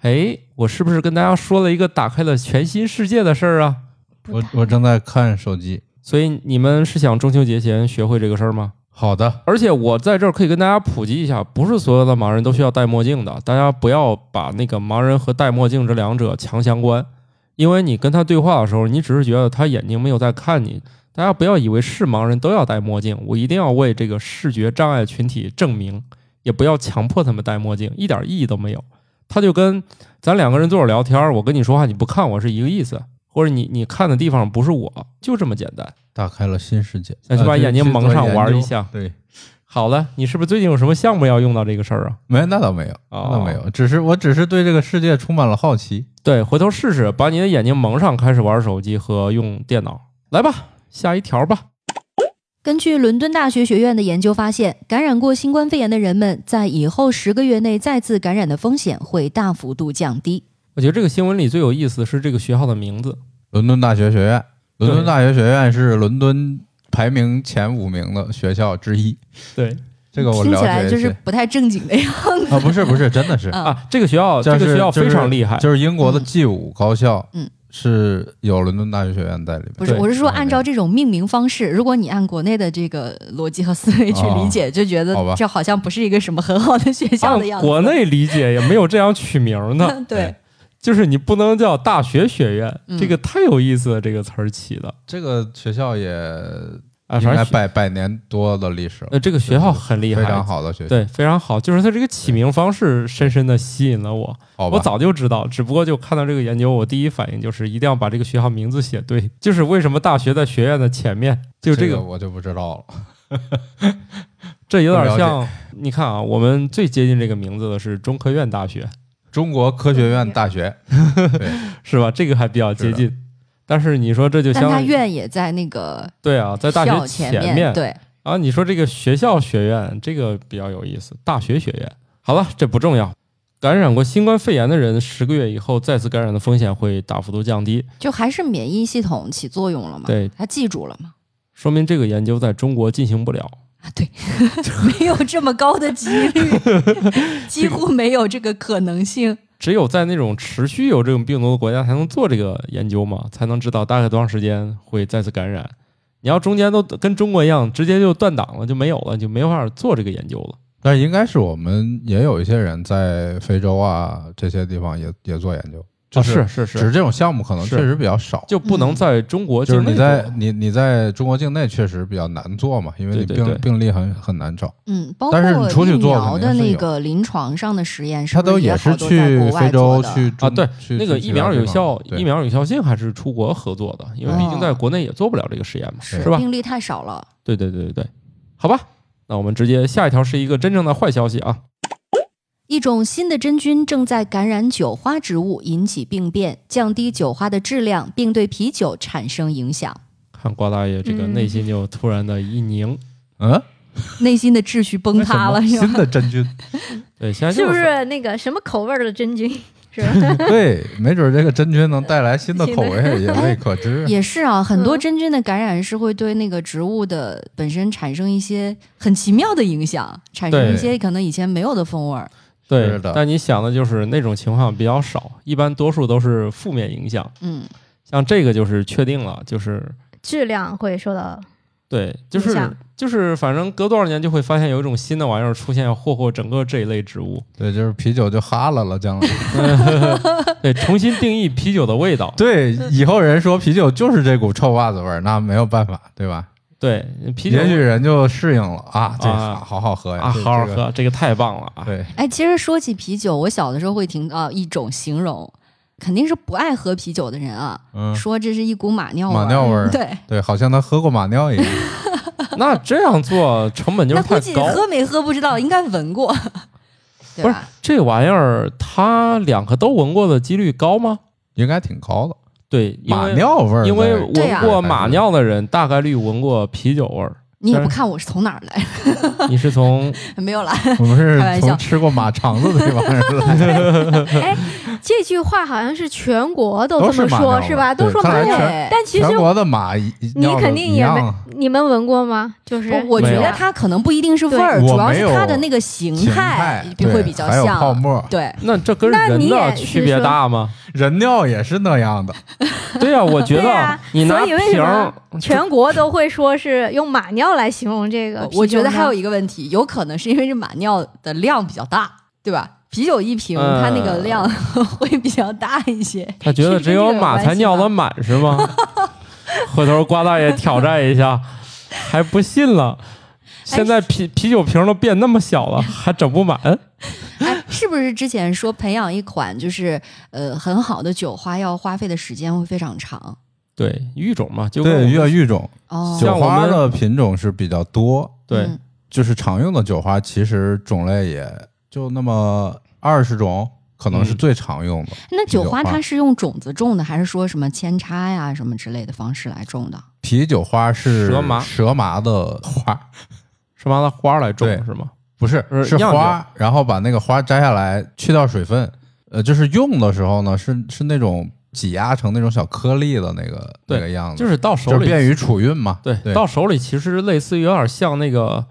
[SPEAKER 1] 哎，我是不是跟大家说了一个打开了全新世界的事儿啊？
[SPEAKER 2] 不
[SPEAKER 4] 我
[SPEAKER 2] 太
[SPEAKER 4] 我正在看手机。
[SPEAKER 1] 所以你们是想中秋节前学会这个事儿吗？
[SPEAKER 4] 好的，
[SPEAKER 1] 而且我在这儿可以跟大家普及一下，不是所有的盲人都需要戴墨镜的，大家不要把那个盲人和戴墨镜这两者强相关，因为你跟他对话的时候，你只是觉得他眼睛没有在看你。大家不要以为是盲人都要戴墨镜，我一定要为这个视觉障碍群体证明，也不要强迫他们戴墨镜，一点意义都没有。他就跟咱两个人坐着聊天，我跟你说话你不看我是一个意思，或者你你看的地方不是我，就这么简单。
[SPEAKER 4] 打开了新世界。呃
[SPEAKER 1] 那就把眼睛蒙上玩一下
[SPEAKER 4] 对，对
[SPEAKER 1] 好了，你是不是最近有什么项目要用到这个事儿啊？
[SPEAKER 4] 没那倒没有，
[SPEAKER 1] 哦
[SPEAKER 4] 那倒没有，只是我只是对这个世界充满了好奇。
[SPEAKER 1] 对，回头试试，把你的眼睛蒙上，开始玩手机和用电脑。来吧，下一条吧。
[SPEAKER 3] 根据伦敦大学学院的研究发现，感染过新冠肺炎的人们在以后十个月内再次感染的风险会大幅度降低。
[SPEAKER 1] 我觉得这个新闻里最有意思的是这个学校的名字，
[SPEAKER 4] 伦敦大学学院，
[SPEAKER 1] 对
[SPEAKER 4] 伦敦大学学院是伦敦排名前五名的学校之一。
[SPEAKER 1] 对
[SPEAKER 4] 这个我
[SPEAKER 3] 听
[SPEAKER 4] 了
[SPEAKER 3] 起来
[SPEAKER 4] 解
[SPEAKER 3] 就
[SPEAKER 4] 一些
[SPEAKER 3] 是不太正经的样子。
[SPEAKER 4] 啊，不是不是，
[SPEAKER 3] (laughs)
[SPEAKER 4] 真的是
[SPEAKER 3] 啊
[SPEAKER 1] 啊，这个学校，
[SPEAKER 4] 就
[SPEAKER 1] 这
[SPEAKER 4] 是
[SPEAKER 1] 个学校非常厉害，
[SPEAKER 4] 就是英国的 G 五高校，
[SPEAKER 3] 嗯，
[SPEAKER 4] 是有伦敦大学学院在里面。
[SPEAKER 3] 不是，
[SPEAKER 1] 对
[SPEAKER 3] 我是说
[SPEAKER 4] 对
[SPEAKER 3] 按照这种命名方式，如果你按国内的这个逻辑和思维去理解，就觉得
[SPEAKER 4] 哦好吧
[SPEAKER 3] 这好像不是一个什么很好的学校的样
[SPEAKER 1] 按
[SPEAKER 3] 子。
[SPEAKER 1] 啊国
[SPEAKER 3] (laughs)
[SPEAKER 1] 内理解也没有这样取名的，
[SPEAKER 4] (laughs)
[SPEAKER 3] 对，
[SPEAKER 4] 哎
[SPEAKER 1] 就是你不能叫大学学院，
[SPEAKER 3] 嗯
[SPEAKER 1] 这个太有意思了，这个词儿起的
[SPEAKER 4] 这个学校也
[SPEAKER 1] 啊，
[SPEAKER 4] 应
[SPEAKER 1] 反
[SPEAKER 4] 该
[SPEAKER 1] 正
[SPEAKER 4] 百百年多的历史了，
[SPEAKER 1] 呃这个学校很厉害，
[SPEAKER 4] 非常好的学校。
[SPEAKER 1] 对，非常好，就是它这个起名方式深深的吸引了我。
[SPEAKER 4] 好吧，
[SPEAKER 1] 我早就知道，只不过就看到这个研究，我第一反应就是一定要把这个学校名字写对。 (laughs) 就是为什么大学在学院的前面，就
[SPEAKER 4] 这
[SPEAKER 1] 这个，
[SPEAKER 4] 我就不知道了。
[SPEAKER 1] 这有
[SPEAKER 4] 不了
[SPEAKER 1] 点
[SPEAKER 4] 解
[SPEAKER 1] 像。你看啊，我们最接近这个名字的是中科院大学，
[SPEAKER 4] 中国科学院大学，
[SPEAKER 1] 是吧？这个还比较接
[SPEAKER 4] 是的
[SPEAKER 1] 近。但是你说这就
[SPEAKER 3] 但
[SPEAKER 1] 相
[SPEAKER 3] 他
[SPEAKER 1] 当于
[SPEAKER 3] 院也在那个
[SPEAKER 1] 对啊，在大
[SPEAKER 3] 校
[SPEAKER 1] 学
[SPEAKER 3] 前
[SPEAKER 1] 面。
[SPEAKER 3] 对，
[SPEAKER 1] 啊，你说这个学校学院这个比较有意思，大学学院。好了，这不重要。感染过新冠肺炎的人，十个月以后再次感染的风险会大幅度降低。
[SPEAKER 3] 就还是免疫系统起作用了嘛？
[SPEAKER 1] 对，
[SPEAKER 3] 他记住了嘛？
[SPEAKER 1] 说明这个研究在中国进行不了。
[SPEAKER 3] 啊，对，没有这么高的几
[SPEAKER 1] (laughs)
[SPEAKER 3] 率，几乎没有这个可能性。
[SPEAKER 1] 只有在那种持续有这种病毒的国家才能做这个研究嘛，才能知道大概多长时间会再次感染。你要中间都跟中国一样，直接就断档了，就没有了，就没法做这个研究了。
[SPEAKER 4] 但应该是我们也有一些人在非洲啊这些地方也也做研究，就
[SPEAKER 1] 啊、是是
[SPEAKER 4] 只是这种项目可能
[SPEAKER 1] 是
[SPEAKER 4] 确实比较少。
[SPEAKER 1] 就不能在中国
[SPEAKER 4] 就
[SPEAKER 1] 境内
[SPEAKER 4] 是你
[SPEAKER 1] 做
[SPEAKER 4] 在你你在中国境内确实比较难做嘛，因为你
[SPEAKER 1] 对对
[SPEAKER 4] 病
[SPEAKER 1] 对
[SPEAKER 4] 病例很很难找。
[SPEAKER 3] 嗯，包括
[SPEAKER 4] 但是你出去
[SPEAKER 3] 疫
[SPEAKER 4] 做
[SPEAKER 3] 苗
[SPEAKER 4] 肯
[SPEAKER 3] 的
[SPEAKER 4] 定是
[SPEAKER 3] 那
[SPEAKER 4] 有
[SPEAKER 3] 个临床上的实验，是
[SPEAKER 4] 他
[SPEAKER 3] 不
[SPEAKER 4] 都
[SPEAKER 3] 也
[SPEAKER 4] 是
[SPEAKER 3] 好多在
[SPEAKER 4] 去
[SPEAKER 3] 国
[SPEAKER 4] 非
[SPEAKER 3] 外做
[SPEAKER 4] 洲
[SPEAKER 3] 的
[SPEAKER 4] 去
[SPEAKER 1] 啊，
[SPEAKER 4] 中
[SPEAKER 1] 对，
[SPEAKER 4] 去
[SPEAKER 1] 那个疫
[SPEAKER 4] 去其他
[SPEAKER 1] 苗
[SPEAKER 4] 地
[SPEAKER 1] 有
[SPEAKER 4] 方
[SPEAKER 1] 效，
[SPEAKER 4] 对
[SPEAKER 1] 疫苗有效性还是出国合作的，因为毕竟在国内也做不了这个实验嘛，
[SPEAKER 3] 是
[SPEAKER 1] 是吧？
[SPEAKER 3] 病例太少了。
[SPEAKER 1] 对对对对对，好吧，那我们直接下一条是一个真正的坏消息啊，
[SPEAKER 3] 一种新的真菌正在感染酒花植物，引起病变，降低酒花的质量，并对啤酒产生影响。
[SPEAKER 1] 看瓜大爷这个
[SPEAKER 2] 嗯
[SPEAKER 1] 内心就突然的一凝，
[SPEAKER 4] 嗯，
[SPEAKER 3] 内心的秩序崩塌了，
[SPEAKER 4] 为
[SPEAKER 3] 是
[SPEAKER 4] 什
[SPEAKER 3] 吧
[SPEAKER 4] 么新？的真菌，
[SPEAKER 1] 对，现在
[SPEAKER 2] 是
[SPEAKER 1] 就
[SPEAKER 2] 不是那个什么口味儿的真菌？是吧？ (laughs)
[SPEAKER 4] 对，没准这个真菌能带来新的
[SPEAKER 2] 新的
[SPEAKER 4] 口味，也未可知。
[SPEAKER 3] (laughs) 也是啊，很多
[SPEAKER 2] 嗯
[SPEAKER 3] 真菌的感染是会对那个植物的本身产生一些很奇妙的影响，产生
[SPEAKER 4] 对
[SPEAKER 3] 一些可能以前没有的风味儿。
[SPEAKER 1] 对
[SPEAKER 4] 是的
[SPEAKER 1] 但你想的就是那种情况比较少，一般多数都是负面影响，
[SPEAKER 3] 嗯，
[SPEAKER 1] 像这个就是确定了，就是
[SPEAKER 2] 质量会受到
[SPEAKER 1] 对，就
[SPEAKER 2] 影
[SPEAKER 1] 是
[SPEAKER 2] 响
[SPEAKER 1] 就是，反正隔多少年就会发现有一种新的玩意儿出现，霍霍整个这一类植
[SPEAKER 3] (laughs)
[SPEAKER 1] 物，
[SPEAKER 4] 对，就是啤酒就哈了了，将来。
[SPEAKER 1] 对，重新定义啤酒的味道。
[SPEAKER 4] (laughs) 对，以后人说啤酒就是这股臭袜子味儿，那没有办法，对吧？
[SPEAKER 1] 对，啤酒
[SPEAKER 4] 也许人就适应了啊，这
[SPEAKER 1] 啊
[SPEAKER 4] 好好喝呀，
[SPEAKER 1] 啊，
[SPEAKER 4] 这
[SPEAKER 1] 好好。
[SPEAKER 4] 这个
[SPEAKER 1] 喝，这个太棒了啊！
[SPEAKER 4] 对，
[SPEAKER 3] 哎，其实说起啤酒，我小的时候会听到一种形容，肯定是不爱喝啤酒的人啊，
[SPEAKER 4] 嗯，
[SPEAKER 3] 说这是一股马尿味
[SPEAKER 4] 马尿味儿
[SPEAKER 3] (laughs) 对，
[SPEAKER 4] 对，好像他喝过马尿一样。 (laughs)
[SPEAKER 1] 那这样做成本就
[SPEAKER 3] 那
[SPEAKER 1] 是
[SPEAKER 3] 估
[SPEAKER 1] 太
[SPEAKER 3] 计
[SPEAKER 1] 高。
[SPEAKER 3] 喝没喝不知道，应该闻 (laughs) 过，对
[SPEAKER 1] 不是
[SPEAKER 3] 吧？
[SPEAKER 1] 这玩意儿，它两个都闻过的几率高吗？
[SPEAKER 4] 应该挺高的，
[SPEAKER 1] 对，因
[SPEAKER 4] 马
[SPEAKER 1] 为
[SPEAKER 4] 尿味儿在，
[SPEAKER 1] 因为
[SPEAKER 3] 对
[SPEAKER 1] 闻
[SPEAKER 3] 啊
[SPEAKER 1] 过马尿的人，大概率闻过啤酒味儿。
[SPEAKER 3] 你也不看我是从哪儿来，
[SPEAKER 1] 你是从
[SPEAKER 3] 没有啦。
[SPEAKER 4] (laughs) 我们
[SPEAKER 3] 开玩
[SPEAKER 4] 是
[SPEAKER 3] 笑
[SPEAKER 4] 从吃过马肠子这帮人来的。
[SPEAKER 3] (laughs)
[SPEAKER 2] 哎，这句话好像是全国都
[SPEAKER 4] 都
[SPEAKER 2] 这么
[SPEAKER 4] 是马
[SPEAKER 2] 说，
[SPEAKER 4] 尿
[SPEAKER 2] 是
[SPEAKER 4] 味
[SPEAKER 2] 吧？
[SPEAKER 4] 儿
[SPEAKER 2] 都
[SPEAKER 4] 对
[SPEAKER 2] 说
[SPEAKER 4] 看
[SPEAKER 2] 马
[SPEAKER 4] 来
[SPEAKER 2] 尿
[SPEAKER 4] 全
[SPEAKER 2] 味，但其实
[SPEAKER 4] 全国的马一
[SPEAKER 2] 你肯定也没
[SPEAKER 4] 没，，
[SPEAKER 2] 你们闻过吗？就是
[SPEAKER 3] 我我觉
[SPEAKER 1] 没
[SPEAKER 3] 得
[SPEAKER 1] 有
[SPEAKER 3] 它可能不一定是味儿，
[SPEAKER 4] 对
[SPEAKER 3] 主
[SPEAKER 4] 我
[SPEAKER 3] 要
[SPEAKER 4] 没
[SPEAKER 3] 是
[SPEAKER 4] 有
[SPEAKER 3] 它的那个形
[SPEAKER 4] 形
[SPEAKER 3] 态比会
[SPEAKER 4] 对
[SPEAKER 3] 比较
[SPEAKER 4] 还有泡
[SPEAKER 3] 像。
[SPEAKER 4] 沫，
[SPEAKER 3] 对，
[SPEAKER 1] 那这跟
[SPEAKER 2] 那
[SPEAKER 1] 人
[SPEAKER 2] 你
[SPEAKER 1] 的
[SPEAKER 2] 也是
[SPEAKER 1] 区别
[SPEAKER 2] 说
[SPEAKER 1] 大吗？
[SPEAKER 4] 人尿也是那样的。
[SPEAKER 1] 对啊，我觉
[SPEAKER 2] 对
[SPEAKER 1] 得
[SPEAKER 2] 啊
[SPEAKER 1] 你拿
[SPEAKER 2] 所以为什
[SPEAKER 1] 瓶儿
[SPEAKER 2] 么，全国都会说是用马尿来形容这个
[SPEAKER 3] 我
[SPEAKER 2] 啤酒呢。
[SPEAKER 3] 我觉得还有一个问题，有可能是因为这马尿的量比较大，对吧？啤酒一瓶，
[SPEAKER 1] 嗯
[SPEAKER 3] 它那个量 (laughs) 会比较大一些。
[SPEAKER 1] 他觉得只有马才尿得满是
[SPEAKER 2] (laughs)
[SPEAKER 1] 吗？回头瓜大爷挑战一下，还不信了。现
[SPEAKER 2] 哎
[SPEAKER 1] 在啤啤酒瓶都变那么小
[SPEAKER 2] (laughs)
[SPEAKER 1] 了，还整不满？
[SPEAKER 3] 哎，是不是之前说培养一款就是呃很好的酒花要花费的时间会非常长？
[SPEAKER 1] 对，育种嘛，就跟我
[SPEAKER 4] 对，
[SPEAKER 1] 们
[SPEAKER 4] 要育种，
[SPEAKER 3] 哦，
[SPEAKER 1] 像
[SPEAKER 4] 酒
[SPEAKER 1] 我
[SPEAKER 4] 花
[SPEAKER 1] 们
[SPEAKER 4] 的品种是比较多，
[SPEAKER 1] 对
[SPEAKER 3] 嗯
[SPEAKER 4] 就是常用的酒花其实种类也就那么二十种，可能是
[SPEAKER 1] 嗯
[SPEAKER 4] 最常用的。
[SPEAKER 3] 那酒花
[SPEAKER 4] 啤酒花
[SPEAKER 3] 它是用种子种的，还是说什么扦插呀什么之类的方式来种的？
[SPEAKER 4] 啤酒花是
[SPEAKER 1] 蛇麻
[SPEAKER 4] 蛇麻的花，
[SPEAKER 1] 是拿花来种
[SPEAKER 4] 对
[SPEAKER 1] 是吗？
[SPEAKER 4] 不是
[SPEAKER 1] 是
[SPEAKER 4] 是
[SPEAKER 1] 酿酒
[SPEAKER 4] 花，然后把那个花摘下来，去掉水分。呃，就是用的时候呢，是是那种挤压成那种小颗粒的那个
[SPEAKER 1] 对
[SPEAKER 4] 那个样子，
[SPEAKER 1] 就是到
[SPEAKER 4] 就
[SPEAKER 1] 手
[SPEAKER 4] 是
[SPEAKER 1] 里，
[SPEAKER 4] 便于储运嘛。
[SPEAKER 1] 对，
[SPEAKER 4] 对，
[SPEAKER 1] 到手里其实类似于有点像那个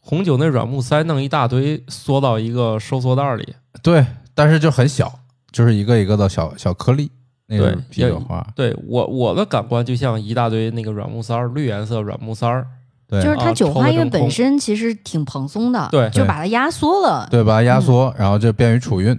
[SPEAKER 1] 红酒那软木塞，弄一大堆缩到一个收缩袋里。
[SPEAKER 4] 对，但是就很小，就是一个一个的小小颗粒，那个
[SPEAKER 1] 对
[SPEAKER 4] 啤酒花，
[SPEAKER 1] 对我我的感官就像一大堆那个软木塞儿，绿颜色软木塞儿，
[SPEAKER 4] 对，
[SPEAKER 3] 就是它
[SPEAKER 1] 啊
[SPEAKER 3] 酒
[SPEAKER 1] 抽
[SPEAKER 3] 花
[SPEAKER 1] 得
[SPEAKER 3] 因为
[SPEAKER 1] 真
[SPEAKER 3] 本
[SPEAKER 1] 空
[SPEAKER 3] 身其实挺蓬松的，
[SPEAKER 1] 对
[SPEAKER 3] 就
[SPEAKER 4] 对
[SPEAKER 3] 把它压缩了。
[SPEAKER 4] 对，把它压缩，然后就便于储运。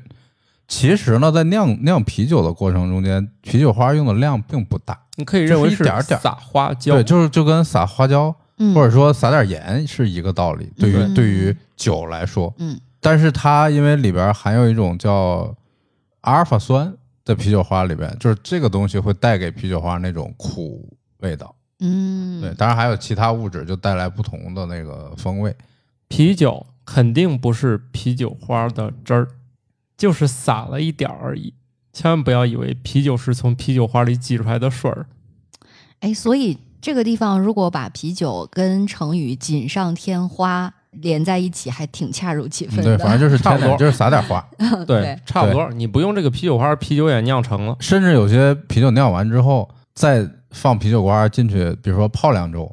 [SPEAKER 4] 其实呢，在酿酿啤酒的过程中间，啤酒花用的量并不大，
[SPEAKER 1] 你可以认为
[SPEAKER 4] 就是一点儿点儿
[SPEAKER 1] 撒花椒。
[SPEAKER 4] 对，就是就跟撒花椒
[SPEAKER 3] 嗯，
[SPEAKER 4] 或者说撒点盐是一个道理。对
[SPEAKER 3] 嗯
[SPEAKER 4] 于对于酒来说，
[SPEAKER 3] 嗯，
[SPEAKER 4] 但是它因为里边含有一种叫阿尔法酸在啤酒花里边，就是这个东西会带给啤酒花那种苦味道。
[SPEAKER 3] 嗯，
[SPEAKER 4] 对，当然还有其他物质就带来不同的那个风味。
[SPEAKER 1] 啤酒肯定不是啤酒花的汁儿，就是撒了一点儿而已。千万不要以为啤酒是从啤酒花里挤出来的水儿。
[SPEAKER 3] 哎，所以这个地方如果把啤酒跟成语“锦上添花”连在一起，还挺恰如其分
[SPEAKER 4] 嗯对，
[SPEAKER 3] 的。
[SPEAKER 4] 反正就是
[SPEAKER 1] 差
[SPEAKER 4] 差
[SPEAKER 1] 不
[SPEAKER 4] 不
[SPEAKER 1] 多
[SPEAKER 4] 多，就是撒点花。
[SPEAKER 3] 对
[SPEAKER 1] 差不多。你不用这个啤酒花，啤酒也酿成了。
[SPEAKER 4] 甚至有些啤酒酿完之后，再放啤酒花进去，比如说泡两周，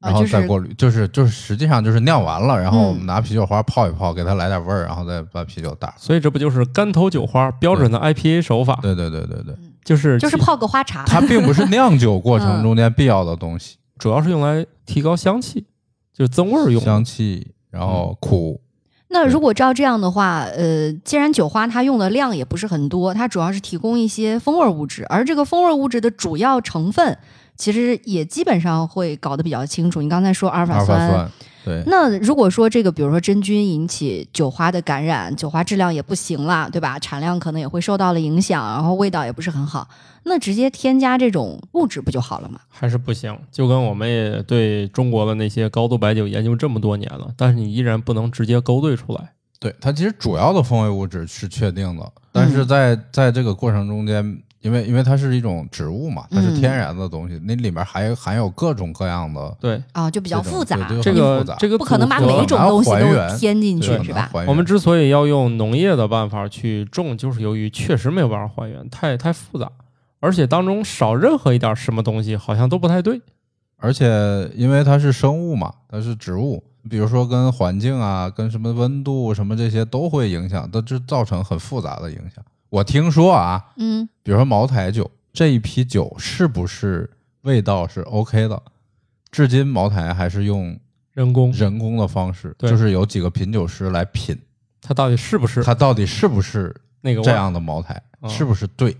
[SPEAKER 3] 啊
[SPEAKER 4] 然后
[SPEAKER 3] 就是
[SPEAKER 4] 再过滤，就是就是实际上就是酿完了，然后我们
[SPEAKER 3] 嗯
[SPEAKER 4] 拿啤酒花泡一泡，给它来点味儿，然后再把啤酒打。
[SPEAKER 1] 所以这不就是干头酒花标准的 IPA 手
[SPEAKER 3] 嗯
[SPEAKER 1] 法？
[SPEAKER 4] 对对对对对，
[SPEAKER 1] 就是
[SPEAKER 3] 就是泡个花茶，
[SPEAKER 4] 它并不是酿酒过程中间必要的
[SPEAKER 3] (laughs)
[SPEAKER 4] 东西，
[SPEAKER 1] 主要是用来提高香气，就是增味儿
[SPEAKER 3] 嗯
[SPEAKER 1] 用的。
[SPEAKER 4] 香气，然后苦，
[SPEAKER 3] 那如果照这样的话，呃，既然酒花它用的量也不是很多，它主要是提供一些风味物质，而这个风味物质的主要成分其实也基本上会搞得比较清楚。你刚才说阿尔
[SPEAKER 4] 阿
[SPEAKER 3] 法
[SPEAKER 4] 尔
[SPEAKER 3] 嗯酸，
[SPEAKER 4] 法酸，对
[SPEAKER 3] 那如果说这个，比如说真菌引起酒花的感染，酒花质量也不行了，对吧？产量可能也会受到了影响，然后味道也不是很好，那直接添加这种物质不就好了吗？
[SPEAKER 1] 还是不行。就跟我们也对中国的那些高度白酒研究这么多年了，但是你依然不能直接勾兑出来。
[SPEAKER 4] 对，它其实主要的风味物质是确定的，
[SPEAKER 3] 嗯
[SPEAKER 4] 但是在在这个过程中间。因为因为它是一种植物嘛，
[SPEAKER 3] 嗯
[SPEAKER 4] 它是天然的东西，那里面还含有各种各样的
[SPEAKER 1] 对，
[SPEAKER 3] 啊，就比较复杂
[SPEAKER 4] 对，对
[SPEAKER 1] 这
[SPEAKER 4] 很
[SPEAKER 1] 个
[SPEAKER 4] 复杂哎
[SPEAKER 1] 这个
[SPEAKER 3] 不可能把
[SPEAKER 1] 组合
[SPEAKER 3] 每一种东西
[SPEAKER 4] 很难还
[SPEAKER 3] 都
[SPEAKER 4] 原
[SPEAKER 3] 添进
[SPEAKER 4] 对
[SPEAKER 3] 去，是吧？？
[SPEAKER 1] 我们
[SPEAKER 4] 之
[SPEAKER 1] 之所以要用农业的办法去种，就是由于确实没有办法还原，太太复杂，而且当中少任何一点什么东西，好像都不太对。
[SPEAKER 4] 而且因为它是生物嘛，它是植物，比如说跟环境啊、跟什么温度什么这些都会影响，都这造成很复杂的影响。我听说啊，
[SPEAKER 3] 嗯，
[SPEAKER 4] 比如说茅台酒这一批酒是不是味道是 OK 的？至今茅台还是用
[SPEAKER 1] 人工
[SPEAKER 4] 人工的方式，
[SPEAKER 1] 对
[SPEAKER 4] 就是有几个品酒师来品，
[SPEAKER 1] 它到底是不是
[SPEAKER 4] 它到底是不是
[SPEAKER 1] 那个味
[SPEAKER 4] 这
[SPEAKER 1] 儿？
[SPEAKER 4] 样的茅台，
[SPEAKER 1] 哦
[SPEAKER 4] 是不是对？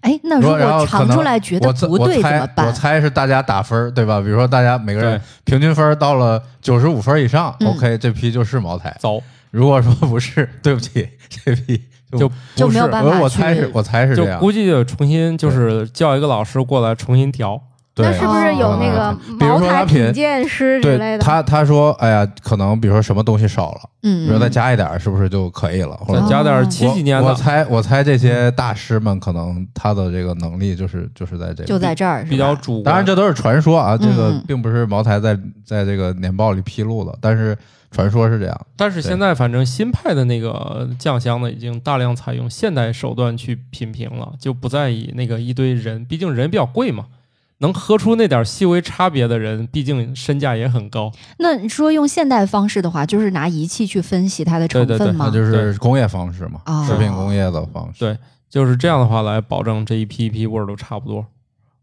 [SPEAKER 3] 哎，那如
[SPEAKER 4] 然后
[SPEAKER 3] 果
[SPEAKER 4] 可
[SPEAKER 3] 尝
[SPEAKER 4] 能
[SPEAKER 3] 出来觉得
[SPEAKER 4] 我自
[SPEAKER 3] 不对
[SPEAKER 4] 我
[SPEAKER 3] 怎
[SPEAKER 4] 猜
[SPEAKER 3] 么
[SPEAKER 4] 我
[SPEAKER 3] 办？
[SPEAKER 4] 猜是大家打分儿对吧？比如说大家每个人
[SPEAKER 1] 对
[SPEAKER 4] 平均分儿到了九十五分以上、
[SPEAKER 3] 嗯
[SPEAKER 4] o k 这批就是茅台。
[SPEAKER 1] 糟，
[SPEAKER 4] 如果说不是， (laughs) 对不起，这批
[SPEAKER 1] 就
[SPEAKER 4] 就
[SPEAKER 3] 就
[SPEAKER 1] 不
[SPEAKER 3] 没有
[SPEAKER 1] 是
[SPEAKER 3] 办法
[SPEAKER 4] 我我
[SPEAKER 3] 去
[SPEAKER 4] 猜是，我猜是
[SPEAKER 1] 就
[SPEAKER 4] 这样。
[SPEAKER 1] 估计得重新就是叫一个老师过来重新调。
[SPEAKER 4] 对
[SPEAKER 2] 那是不是有那个
[SPEAKER 4] 哦比如
[SPEAKER 2] 茅
[SPEAKER 4] 说
[SPEAKER 2] 台
[SPEAKER 4] 他品
[SPEAKER 2] 品鉴师之类
[SPEAKER 4] 对
[SPEAKER 2] 的？
[SPEAKER 4] 他他说，哎呀，可能比如说什么东西少了，比
[SPEAKER 3] 嗯，
[SPEAKER 4] 如再加一点儿，是不是就可以了？或
[SPEAKER 1] 再
[SPEAKER 4] 者
[SPEAKER 1] 加点七几年
[SPEAKER 4] 哦我我
[SPEAKER 1] 的，
[SPEAKER 4] 猜我猜这些大师们可能他的这个能力就是就是在这个
[SPEAKER 3] 就在这儿是吧
[SPEAKER 1] 比较主观。
[SPEAKER 4] 当然，这都是传说啊，这个
[SPEAKER 3] 嗯
[SPEAKER 4] 并不是茅台在在这个年报里披露的，但是传说是这样。
[SPEAKER 1] 但是现在反正新派的那个酱香呢，已经大量采用现代手段去品评了，就不再以那个一堆人，毕竟人比较贵嘛，能喝出那点细微差别的人，毕竟身价也很高。
[SPEAKER 3] 那你说用现代方式的话，就是拿仪器去分析它的成
[SPEAKER 1] 对对对
[SPEAKER 3] 分
[SPEAKER 4] 那
[SPEAKER 2] 啊
[SPEAKER 3] 吗？
[SPEAKER 4] 就是工业方式嘛
[SPEAKER 3] 哦，
[SPEAKER 4] 食品工业的方式。
[SPEAKER 1] 对就是这样的话来保证这一批一批味儿都差不多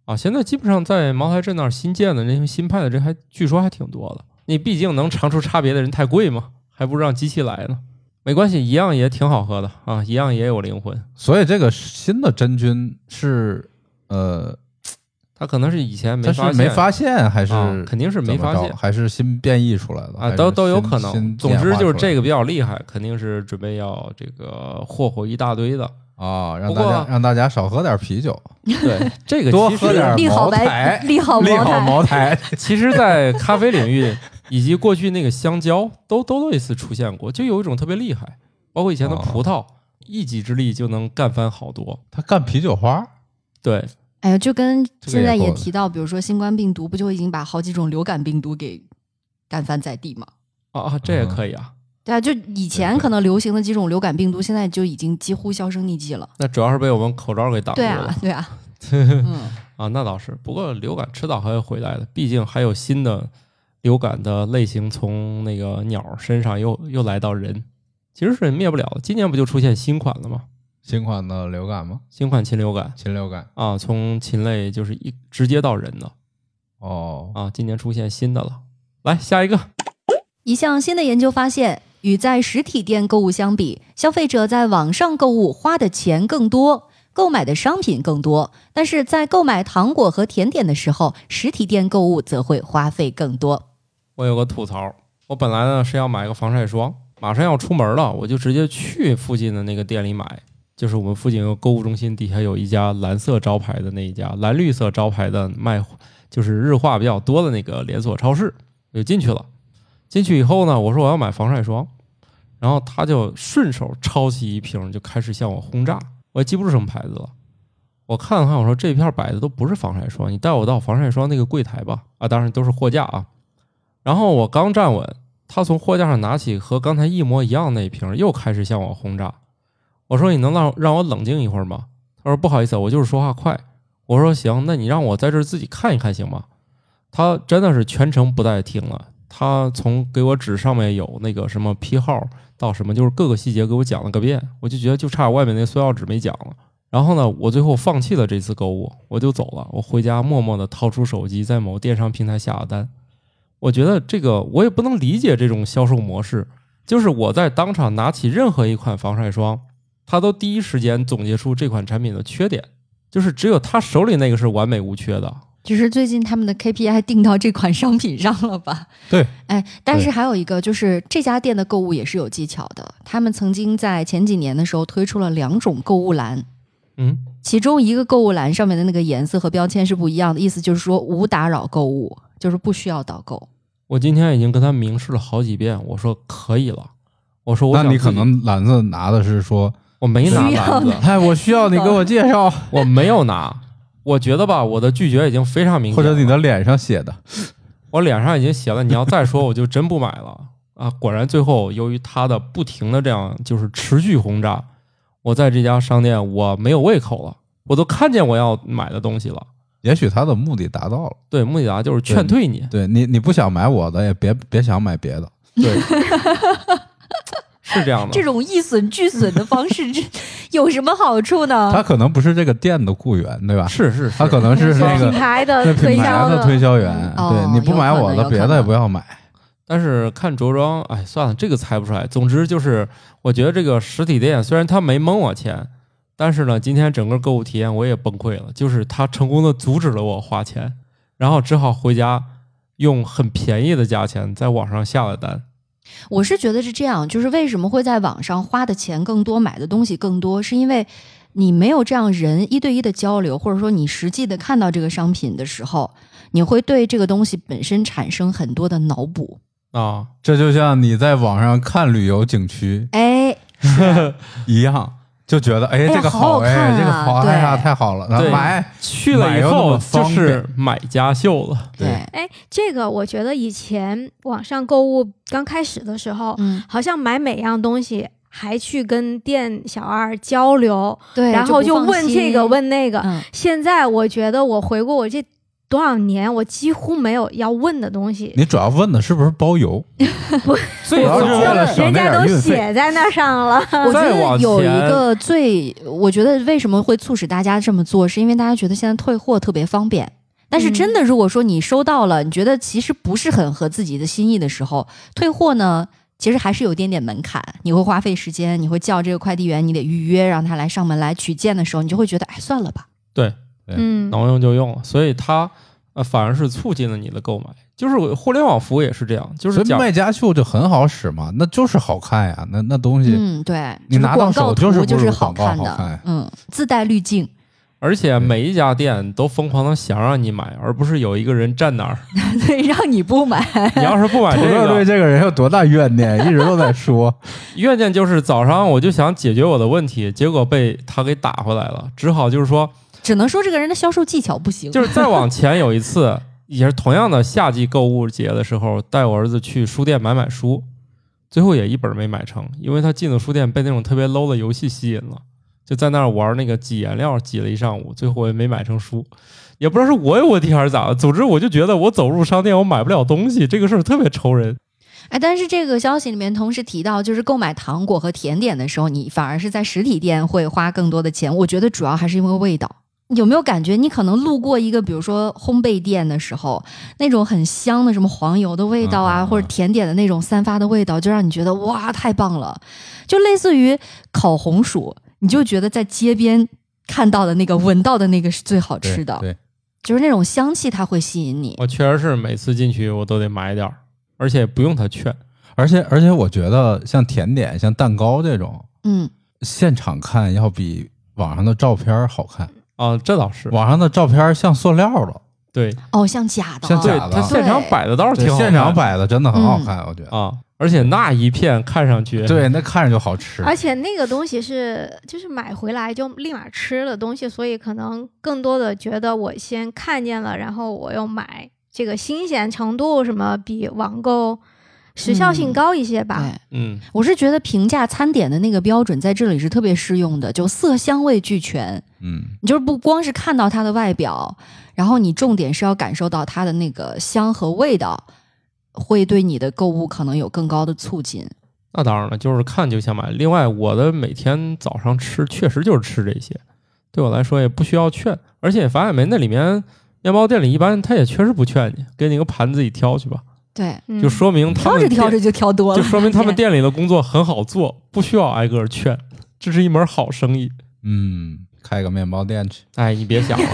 [SPEAKER 1] 啊。现在基本上在茅台镇那儿新建的那些新派的，这还据说还挺多的。你毕竟能尝出差别的人太贵嘛，还不如让机器来呢。没关系，一样也挺好喝的啊，一样也有灵魂。
[SPEAKER 4] 所以这个新的真菌是呃，
[SPEAKER 1] 它可能是以前没
[SPEAKER 4] 它是
[SPEAKER 1] 发现，
[SPEAKER 4] 没发现还是
[SPEAKER 1] 啊肯定是没
[SPEAKER 4] 怎么
[SPEAKER 1] 发
[SPEAKER 4] 着
[SPEAKER 1] 现
[SPEAKER 4] 还是新变异出来的
[SPEAKER 1] 啊，都都有可能。总之就是这
[SPEAKER 4] 个
[SPEAKER 1] 个比较厉害，肯定是准备要这个霍霍一大 (laughs) 堆的。
[SPEAKER 4] 啊，让
[SPEAKER 1] 不
[SPEAKER 4] 大家
[SPEAKER 1] 过
[SPEAKER 4] 让大家少喝点啤酒，
[SPEAKER 1] 对， (laughs) 这个
[SPEAKER 4] 多
[SPEAKER 1] 其实
[SPEAKER 4] 喝点儿
[SPEAKER 3] 利好
[SPEAKER 4] 茅台
[SPEAKER 3] 白，利好
[SPEAKER 4] 利
[SPEAKER 3] 茅
[SPEAKER 4] 好
[SPEAKER 3] 台，
[SPEAKER 4] 茅台
[SPEAKER 1] (laughs) 其实，在咖啡领域以及过去那个香蕉都都类似出现过，就有一种特别厉害，包括以前的葡萄，一己之力就能干翻好多。
[SPEAKER 4] 他干啤酒花，
[SPEAKER 1] 对，
[SPEAKER 3] 哎呀，就跟
[SPEAKER 4] 这个
[SPEAKER 3] 现在
[SPEAKER 4] 也够
[SPEAKER 3] 也
[SPEAKER 4] 了
[SPEAKER 3] 提到，比如说新冠病毒，不就已经把好几种流感病毒给干翻在地吗？
[SPEAKER 1] 啊啊，这也可以啊。
[SPEAKER 3] 对啊，就以前可能流行的几种流感病毒，现在就已经几乎销声匿迹了。
[SPEAKER 1] 那主要是被我们口罩给挡住
[SPEAKER 3] 对
[SPEAKER 1] 了
[SPEAKER 3] 啊，对
[SPEAKER 4] (laughs)
[SPEAKER 3] 啊，嗯，
[SPEAKER 1] 啊那倒是。不过流感迟早还会回来的，毕竟还有新的流感的类型从那个鸟身上又又来到人，其实是灭不了的。今年不就出现新款了吗？
[SPEAKER 4] 新款的流感吗？
[SPEAKER 1] 新款禽流感
[SPEAKER 4] 禽流感
[SPEAKER 1] 啊，从禽类就是一直接到人的
[SPEAKER 4] 哦，
[SPEAKER 1] 啊，今年出现新的了。来下一个，
[SPEAKER 3] 一项新的研究发现，与在实体店购物相比，消费者在网上购物花的钱更多，购买的商品更多，但是在购买糖果和甜点的时候，实体店购物则会花费更多。
[SPEAKER 1] 我有个吐槽，我本来呢是要买个防晒霜，马上要出门了，我就直接去附近的那个店里买。就是我们附近有个购物中心，底下有一家蓝色招牌的那一家，蓝绿色招牌的卖，就是日化比较多的那个连锁超市，我就进去了。进去以后呢，我说我要买防晒霜，然后他就顺手抄起一瓶就开始向我轰炸，我也记不住什么牌子了。我看了看，我说这片摆的都不是防晒霜，你带我到防晒霜那个柜台吧。啊，当然都是货架啊。然后我刚站稳，他从货架上拿起和刚才一模一样那一瓶，又开始向我轰炸。我说：“你能让让我冷静一会儿吗？”他说：“不好意思，我就是说话快。”我说：“行，那你让我在这儿自己看一看行吗？”他真的是全程不带停了，他从给我纸上面有那个什么批号到什么，就是各个细节给我讲了个遍，我就觉得就差外面那塑料纸没讲了。然后呢，我最后放弃了这次购物，我就走了。我回家默默地掏出手机，在某电商平台下了单。我觉得这个我也不能理解这种销售模式，就是我在当场拿起任何一款防晒霜，他都第一时间总结出这款产品的缺点，就是只有他手里那个是完美无缺的。
[SPEAKER 3] 只是最近他们的 KPI 定到这款商品上了吧？
[SPEAKER 4] 对，
[SPEAKER 3] 哎，但是
[SPEAKER 4] 对
[SPEAKER 3] 还有一个就是这家店的购物也是有技巧的。他们曾经在前几年的时候推出了两种购物篮，
[SPEAKER 1] 嗯，
[SPEAKER 3] 其中一个购物篮上面的那个颜色和标签是不一样的，意思就是说无打扰购物，就是不需要导购。
[SPEAKER 1] 我今天已经跟他明示了好几遍，我说可以了，我说我
[SPEAKER 4] 那
[SPEAKER 1] 想
[SPEAKER 4] 你
[SPEAKER 1] 自己啊
[SPEAKER 4] 可能篮子拿的是说，
[SPEAKER 1] 我没拿
[SPEAKER 3] 需要
[SPEAKER 1] 篮子，
[SPEAKER 4] 哎，我需要你给我介绍，
[SPEAKER 1] 我没有拿。我觉得吧，我的拒绝已经非常 (laughs) 明显
[SPEAKER 4] 或
[SPEAKER 1] 了，
[SPEAKER 4] 者你的脸上写的，
[SPEAKER 1] 我脸上已经写了，你要再说我就真不买了啊！果然最后由于他的不停的这样就是持续轰炸，我在这家商店我没有胃口了，我都看见我要买的东西了。
[SPEAKER 4] 也许他的目的达到了。
[SPEAKER 1] 对，穆迪达就是劝退你，
[SPEAKER 4] 对你，你不想买我的，也别别想买别的。
[SPEAKER 3] (laughs)
[SPEAKER 1] 对，是这样的。
[SPEAKER 3] 这种一损俱损的方式，这 (laughs) 有什么好处呢？
[SPEAKER 4] 他可能不是这个店的雇员，对吧？
[SPEAKER 1] 是是
[SPEAKER 4] 他
[SPEAKER 1] 是，
[SPEAKER 4] 可能是那
[SPEAKER 2] 品
[SPEAKER 4] 个
[SPEAKER 2] 牌
[SPEAKER 4] 那
[SPEAKER 2] 的推
[SPEAKER 4] 品
[SPEAKER 2] 销
[SPEAKER 4] 牌的推销员。
[SPEAKER 3] 哦
[SPEAKER 4] 对，你不买我
[SPEAKER 3] 有
[SPEAKER 4] 的，
[SPEAKER 3] 可能
[SPEAKER 4] 别的也不要买。
[SPEAKER 1] 但是看着装，哎，算了，这个猜不出来。总之就是，我觉得这个实体店虽然他没蒙我钱，但是呢，今天整个购物体验我也崩溃了，就是他成功的阻止了我花钱，然后只好回家用很便宜的价钱在网上下了单。
[SPEAKER 3] 我是觉得是这样，就是为什么会在网上花的钱更多，买的东西更多，是因为你没有这样人一对一的交流，或者说你实际的看到这个商品的时候，你会对这个东西本身产生很多的脑补。
[SPEAKER 1] 啊，
[SPEAKER 4] 这就像你在网上看旅游景区
[SPEAKER 3] 哎，
[SPEAKER 4] 一样，就觉得哎，
[SPEAKER 3] 呀
[SPEAKER 4] 这个
[SPEAKER 3] 好好
[SPEAKER 4] 哎，
[SPEAKER 3] 看啊
[SPEAKER 4] 这个好，哎呀，
[SPEAKER 3] 对
[SPEAKER 4] 太好了，
[SPEAKER 1] 对
[SPEAKER 4] 买。
[SPEAKER 1] 去了以
[SPEAKER 4] 买又那
[SPEAKER 1] 后
[SPEAKER 4] 么方
[SPEAKER 1] 就
[SPEAKER 4] 便
[SPEAKER 1] 是买家秀了。
[SPEAKER 4] 对，
[SPEAKER 2] 哎，这个我觉得以前网上购物刚开始的时候，
[SPEAKER 3] 嗯，
[SPEAKER 2] 好像买每样东西还去跟店小二交流，
[SPEAKER 3] 对，
[SPEAKER 2] 然后
[SPEAKER 3] 就
[SPEAKER 2] 就
[SPEAKER 3] 不放
[SPEAKER 2] 问这
[SPEAKER 3] 心
[SPEAKER 2] 个，问那个。
[SPEAKER 3] 嗯，
[SPEAKER 2] 现在我觉得我回顾我这多少年，我几乎没有要问的东西，
[SPEAKER 4] 你主要问的是不是包邮？
[SPEAKER 1] 最
[SPEAKER 4] 主要
[SPEAKER 1] 早
[SPEAKER 4] 是为了省
[SPEAKER 2] 人
[SPEAKER 4] 那
[SPEAKER 2] 家
[SPEAKER 4] 点
[SPEAKER 2] 都
[SPEAKER 4] 运费。
[SPEAKER 2] 写在那
[SPEAKER 3] (laughs)
[SPEAKER 2] 上了。
[SPEAKER 3] 我觉
[SPEAKER 1] 再
[SPEAKER 3] 得
[SPEAKER 1] 往
[SPEAKER 3] 有一
[SPEAKER 1] 前
[SPEAKER 3] 个最，我觉得为什么会促使大家这么做，是因为大家觉得现在退货特别方便。但是真的，如果说你收到了，你觉得其实不是很合自己的心意的时候，退货呢，其实还是有点点门槛，你会花费时间，你会叫这个快递员，你得预约，让他来上门来取件的时候，你就会觉得，哎，算了吧。
[SPEAKER 2] 嗯
[SPEAKER 1] 能用就用，所以它呃反而是促进了你的购买。就是我互联网服务也是这样，就是
[SPEAKER 4] 所以
[SPEAKER 1] 讲
[SPEAKER 4] 卖家秀就很好使嘛，那就是好看呀，那那东西，
[SPEAKER 3] 嗯，对，
[SPEAKER 4] 你
[SPEAKER 3] 就是
[SPEAKER 4] 拿到
[SPEAKER 3] 广告
[SPEAKER 4] 手
[SPEAKER 3] 图
[SPEAKER 4] 就是
[SPEAKER 3] 就
[SPEAKER 4] 不如
[SPEAKER 3] 好看
[SPEAKER 4] 广告好
[SPEAKER 3] 的，
[SPEAKER 4] 看
[SPEAKER 3] 嗯，自带滤镜，
[SPEAKER 1] 而且每一家店都疯狂的想让你买，而不是有一个人站那
[SPEAKER 4] (laughs)
[SPEAKER 1] 儿，
[SPEAKER 3] 对，让你不买，
[SPEAKER 1] 你要是不买
[SPEAKER 4] 土
[SPEAKER 1] 这
[SPEAKER 4] 豆对
[SPEAKER 1] 个，
[SPEAKER 4] 哎这个人有多大怨念，一直都在说。
[SPEAKER 1] 怨念就是早上我就想解决我的问题，结果被他给打回来了，只好就是说，
[SPEAKER 3] 只能说这个人的销售技巧不 (laughs) 行。
[SPEAKER 1] 就是再往前有一次， (laughs) 也是同样的夏季购物节的时候，带我儿子去书店买买书，最后也一本没买成，因为他进了书店被那种特别 low 的游戏吸引了，就在那儿玩那个挤颜料挤了一上午，最后也没买成书。也不知道是我有问题还是咋的，总之我就觉得我走入商店我买不了东西，这个事儿特别愁人。
[SPEAKER 3] 哎，但是这个消息里面同时提到，就是购买糖果和甜点的时候，你反而是在实体店会花更多的钱。我觉得主要还是因为味道。有没有感觉，你可能路过一个，比如说烘焙店的时候，那种很香的什么黄油的味道啊，
[SPEAKER 4] 嗯嗯嗯
[SPEAKER 3] 或者甜点的那种散发的味道，就让你觉得哇，太棒了，就类似于烤红薯，你就觉得在街边看到的那个、闻到的那 (laughs) 个是最好吃的，
[SPEAKER 4] 对，
[SPEAKER 3] 就是那种香气，它会吸引你。
[SPEAKER 1] 我确实是每次进去我都得买点儿，而且不用他劝。
[SPEAKER 4] 而且而且我觉得像甜点、像蛋糕这种，
[SPEAKER 3] 嗯，
[SPEAKER 4] 现场看要比网上的照片儿好看，
[SPEAKER 1] 啊，这倒是，
[SPEAKER 4] 网上的照片儿像塑料了，
[SPEAKER 1] 对
[SPEAKER 3] 哦，像假的，
[SPEAKER 4] 像
[SPEAKER 1] 对
[SPEAKER 4] 假，的
[SPEAKER 1] 他现场
[SPEAKER 3] 对
[SPEAKER 1] 摆的倒是哦挺好看
[SPEAKER 4] 现
[SPEAKER 1] 的
[SPEAKER 4] 场摆的真的很好看，我觉得。
[SPEAKER 1] 啊，而且那一片看上去
[SPEAKER 4] 对，那看着就好吃。
[SPEAKER 2] 而且那个东西是就是买回来就立马吃的东西，所以可能更多的觉得我先看见了，然后我又买，这个新鲜程度什么比网购时效性
[SPEAKER 3] 嗯
[SPEAKER 2] 高一些吧。
[SPEAKER 3] 对
[SPEAKER 1] 嗯，
[SPEAKER 3] 我是觉得评价餐点的那个标准在这里是特别适用的，就色香味俱全。
[SPEAKER 4] 嗯，
[SPEAKER 3] 你就是不光是看到它的外表，然后你重点是要感受到它的那个香和味道，会对你的购物可能有更高的促进。
[SPEAKER 1] 那当然了，就是看就想买。另外，我的每天早上吃确实就是吃这些，对我来说也不需要劝，而且法海梅那里面面包店里一般他也确实不劝你，给你个盘自己挑去吧，
[SPEAKER 3] 对，
[SPEAKER 2] 嗯
[SPEAKER 1] 就说明他
[SPEAKER 3] 挑
[SPEAKER 1] 们
[SPEAKER 3] 着挑
[SPEAKER 1] 店
[SPEAKER 3] 着就挑多
[SPEAKER 1] 就
[SPEAKER 3] 了，
[SPEAKER 1] 说明他们店里的工作很好做，不需要挨个儿劝，这是一门好生意。
[SPEAKER 4] 嗯，开个面包店去。
[SPEAKER 1] 哎，你别想
[SPEAKER 3] (laughs)
[SPEAKER 1] 了，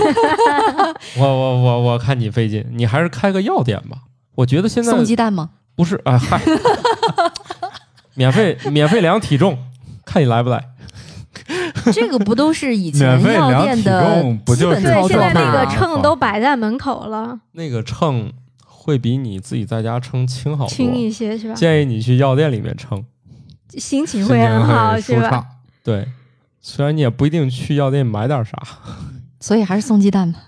[SPEAKER 1] 我我我我看你费劲，你还是开个药店吧。我觉得现在
[SPEAKER 3] 送鸡蛋
[SPEAKER 4] (laughs)
[SPEAKER 3] 吗？
[SPEAKER 1] 不是啊，
[SPEAKER 3] (laughs)
[SPEAKER 1] 嗨，免费免费量体重，看你来不来。
[SPEAKER 3] 这个不都是以前
[SPEAKER 4] 免费
[SPEAKER 3] 药
[SPEAKER 4] 量
[SPEAKER 3] 店
[SPEAKER 4] 体
[SPEAKER 3] 的
[SPEAKER 4] 重啊不
[SPEAKER 3] 基
[SPEAKER 4] 就
[SPEAKER 3] 本
[SPEAKER 4] 是
[SPEAKER 2] 对，
[SPEAKER 3] 操
[SPEAKER 2] 现
[SPEAKER 3] 作啊
[SPEAKER 2] 在那
[SPEAKER 3] 吗
[SPEAKER 2] 个秤都摆在门口了，
[SPEAKER 1] 那个秤会比你自己在家称轻好
[SPEAKER 2] 轻
[SPEAKER 1] 多，
[SPEAKER 2] 一些是吧？
[SPEAKER 1] 建议你去药店里面称。
[SPEAKER 2] 心情
[SPEAKER 4] 心
[SPEAKER 2] 会
[SPEAKER 4] 情
[SPEAKER 2] 很好
[SPEAKER 4] 会舒
[SPEAKER 2] 是吧？
[SPEAKER 4] 畅。
[SPEAKER 1] 对，虽然你也不一定去药店买点啥。
[SPEAKER 3] 所以还是送鸡蛋吧。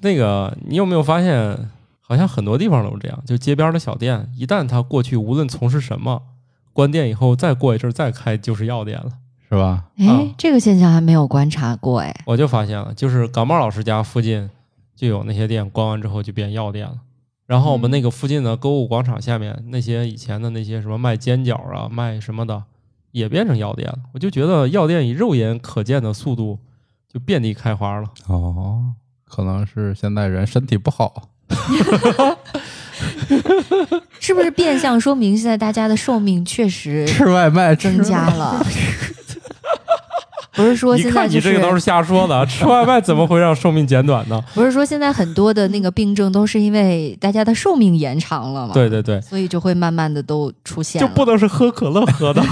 [SPEAKER 1] 那个，你有没有发现，好像很多地方都是这样？就街边的小店，一旦他过去无论从事什么，关店以后再过一阵儿再开就是药店了。
[SPEAKER 4] 是吧？
[SPEAKER 3] 哎、
[SPEAKER 1] 啊
[SPEAKER 3] 这个现象还没有观察过哎。
[SPEAKER 1] 我就发现了，就是感冒老师家附近就有那些店关完之后就变药店了。然后我们那个附近的购物广场下面那些以前的那些什么卖煎饺啊、卖什么的，也变成药店了。我就觉得药店以肉眼可见的速度就遍地开花了。
[SPEAKER 4] 哦，可能是现在人身体不好。
[SPEAKER 3] 是不是变相说明现在大家的寿命确实
[SPEAKER 4] 吃外卖吃
[SPEAKER 3] 哎增加了？不是说
[SPEAKER 1] 你
[SPEAKER 3] 现在
[SPEAKER 1] 看
[SPEAKER 3] 就
[SPEAKER 1] 你这个都是瞎说的，吃外卖怎么会让寿命减短呢？
[SPEAKER 3] 不是说现在很多的那个病症都是因为大家的寿命延长了嘛？，
[SPEAKER 1] 对对对，
[SPEAKER 3] 所以就会慢慢的都出现
[SPEAKER 1] 就
[SPEAKER 3] 了。
[SPEAKER 1] 不能是喝可乐喝
[SPEAKER 3] (laughs)
[SPEAKER 1] 的，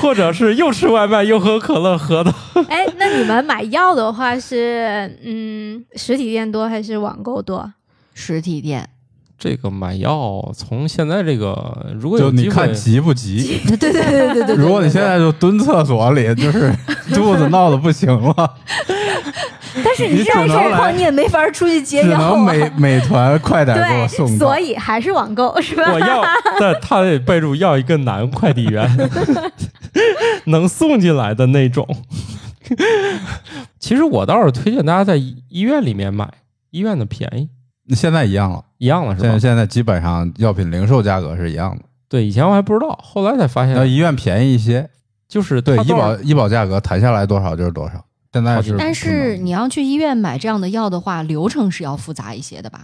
[SPEAKER 1] 或者是又吃外卖又喝可乐喝的。
[SPEAKER 2] 哎，那你们买药的话是嗯实体店多还是网购多？
[SPEAKER 3] 实体店，
[SPEAKER 1] 这个买药，从现在这个，如果有
[SPEAKER 4] 就你
[SPEAKER 1] 机会
[SPEAKER 4] 看，急不急？
[SPEAKER 3] 对对对对对对。
[SPEAKER 4] 如果你现在就蹲厕所里，就是肚子闹得不行了，
[SPEAKER 3] 但是
[SPEAKER 4] 你
[SPEAKER 3] 这样
[SPEAKER 4] 只能
[SPEAKER 3] 状况
[SPEAKER 4] 来
[SPEAKER 3] 你也没法出去接
[SPEAKER 4] 只
[SPEAKER 3] 药
[SPEAKER 4] 能
[SPEAKER 3] 啊。
[SPEAKER 4] 美美团快点给我送
[SPEAKER 2] 对，
[SPEAKER 4] 到
[SPEAKER 2] 所。以还是网购是吧？
[SPEAKER 1] 我要，但他得备注要一个男快递员， (laughs) 能送进来的那种。 (laughs) 其实我倒是推荐大家在医医院里面买，医院的便宜，
[SPEAKER 4] 现在一样了，
[SPEAKER 1] 一样了是
[SPEAKER 4] 现在
[SPEAKER 1] 吧？
[SPEAKER 4] 现在基本上药品零售价格是一样的，
[SPEAKER 1] 对，以前我还不知道，后来才发
[SPEAKER 4] 那
[SPEAKER 1] 现，
[SPEAKER 4] 医院便宜一些。
[SPEAKER 1] 就是
[SPEAKER 4] 呃对
[SPEAKER 1] 它，
[SPEAKER 4] 医
[SPEAKER 1] 多少
[SPEAKER 4] 保医保价格谈下来多少就是多少。现在是不能，
[SPEAKER 3] 但是你要去医院买这样的药的话，流程是要复杂一些的吧？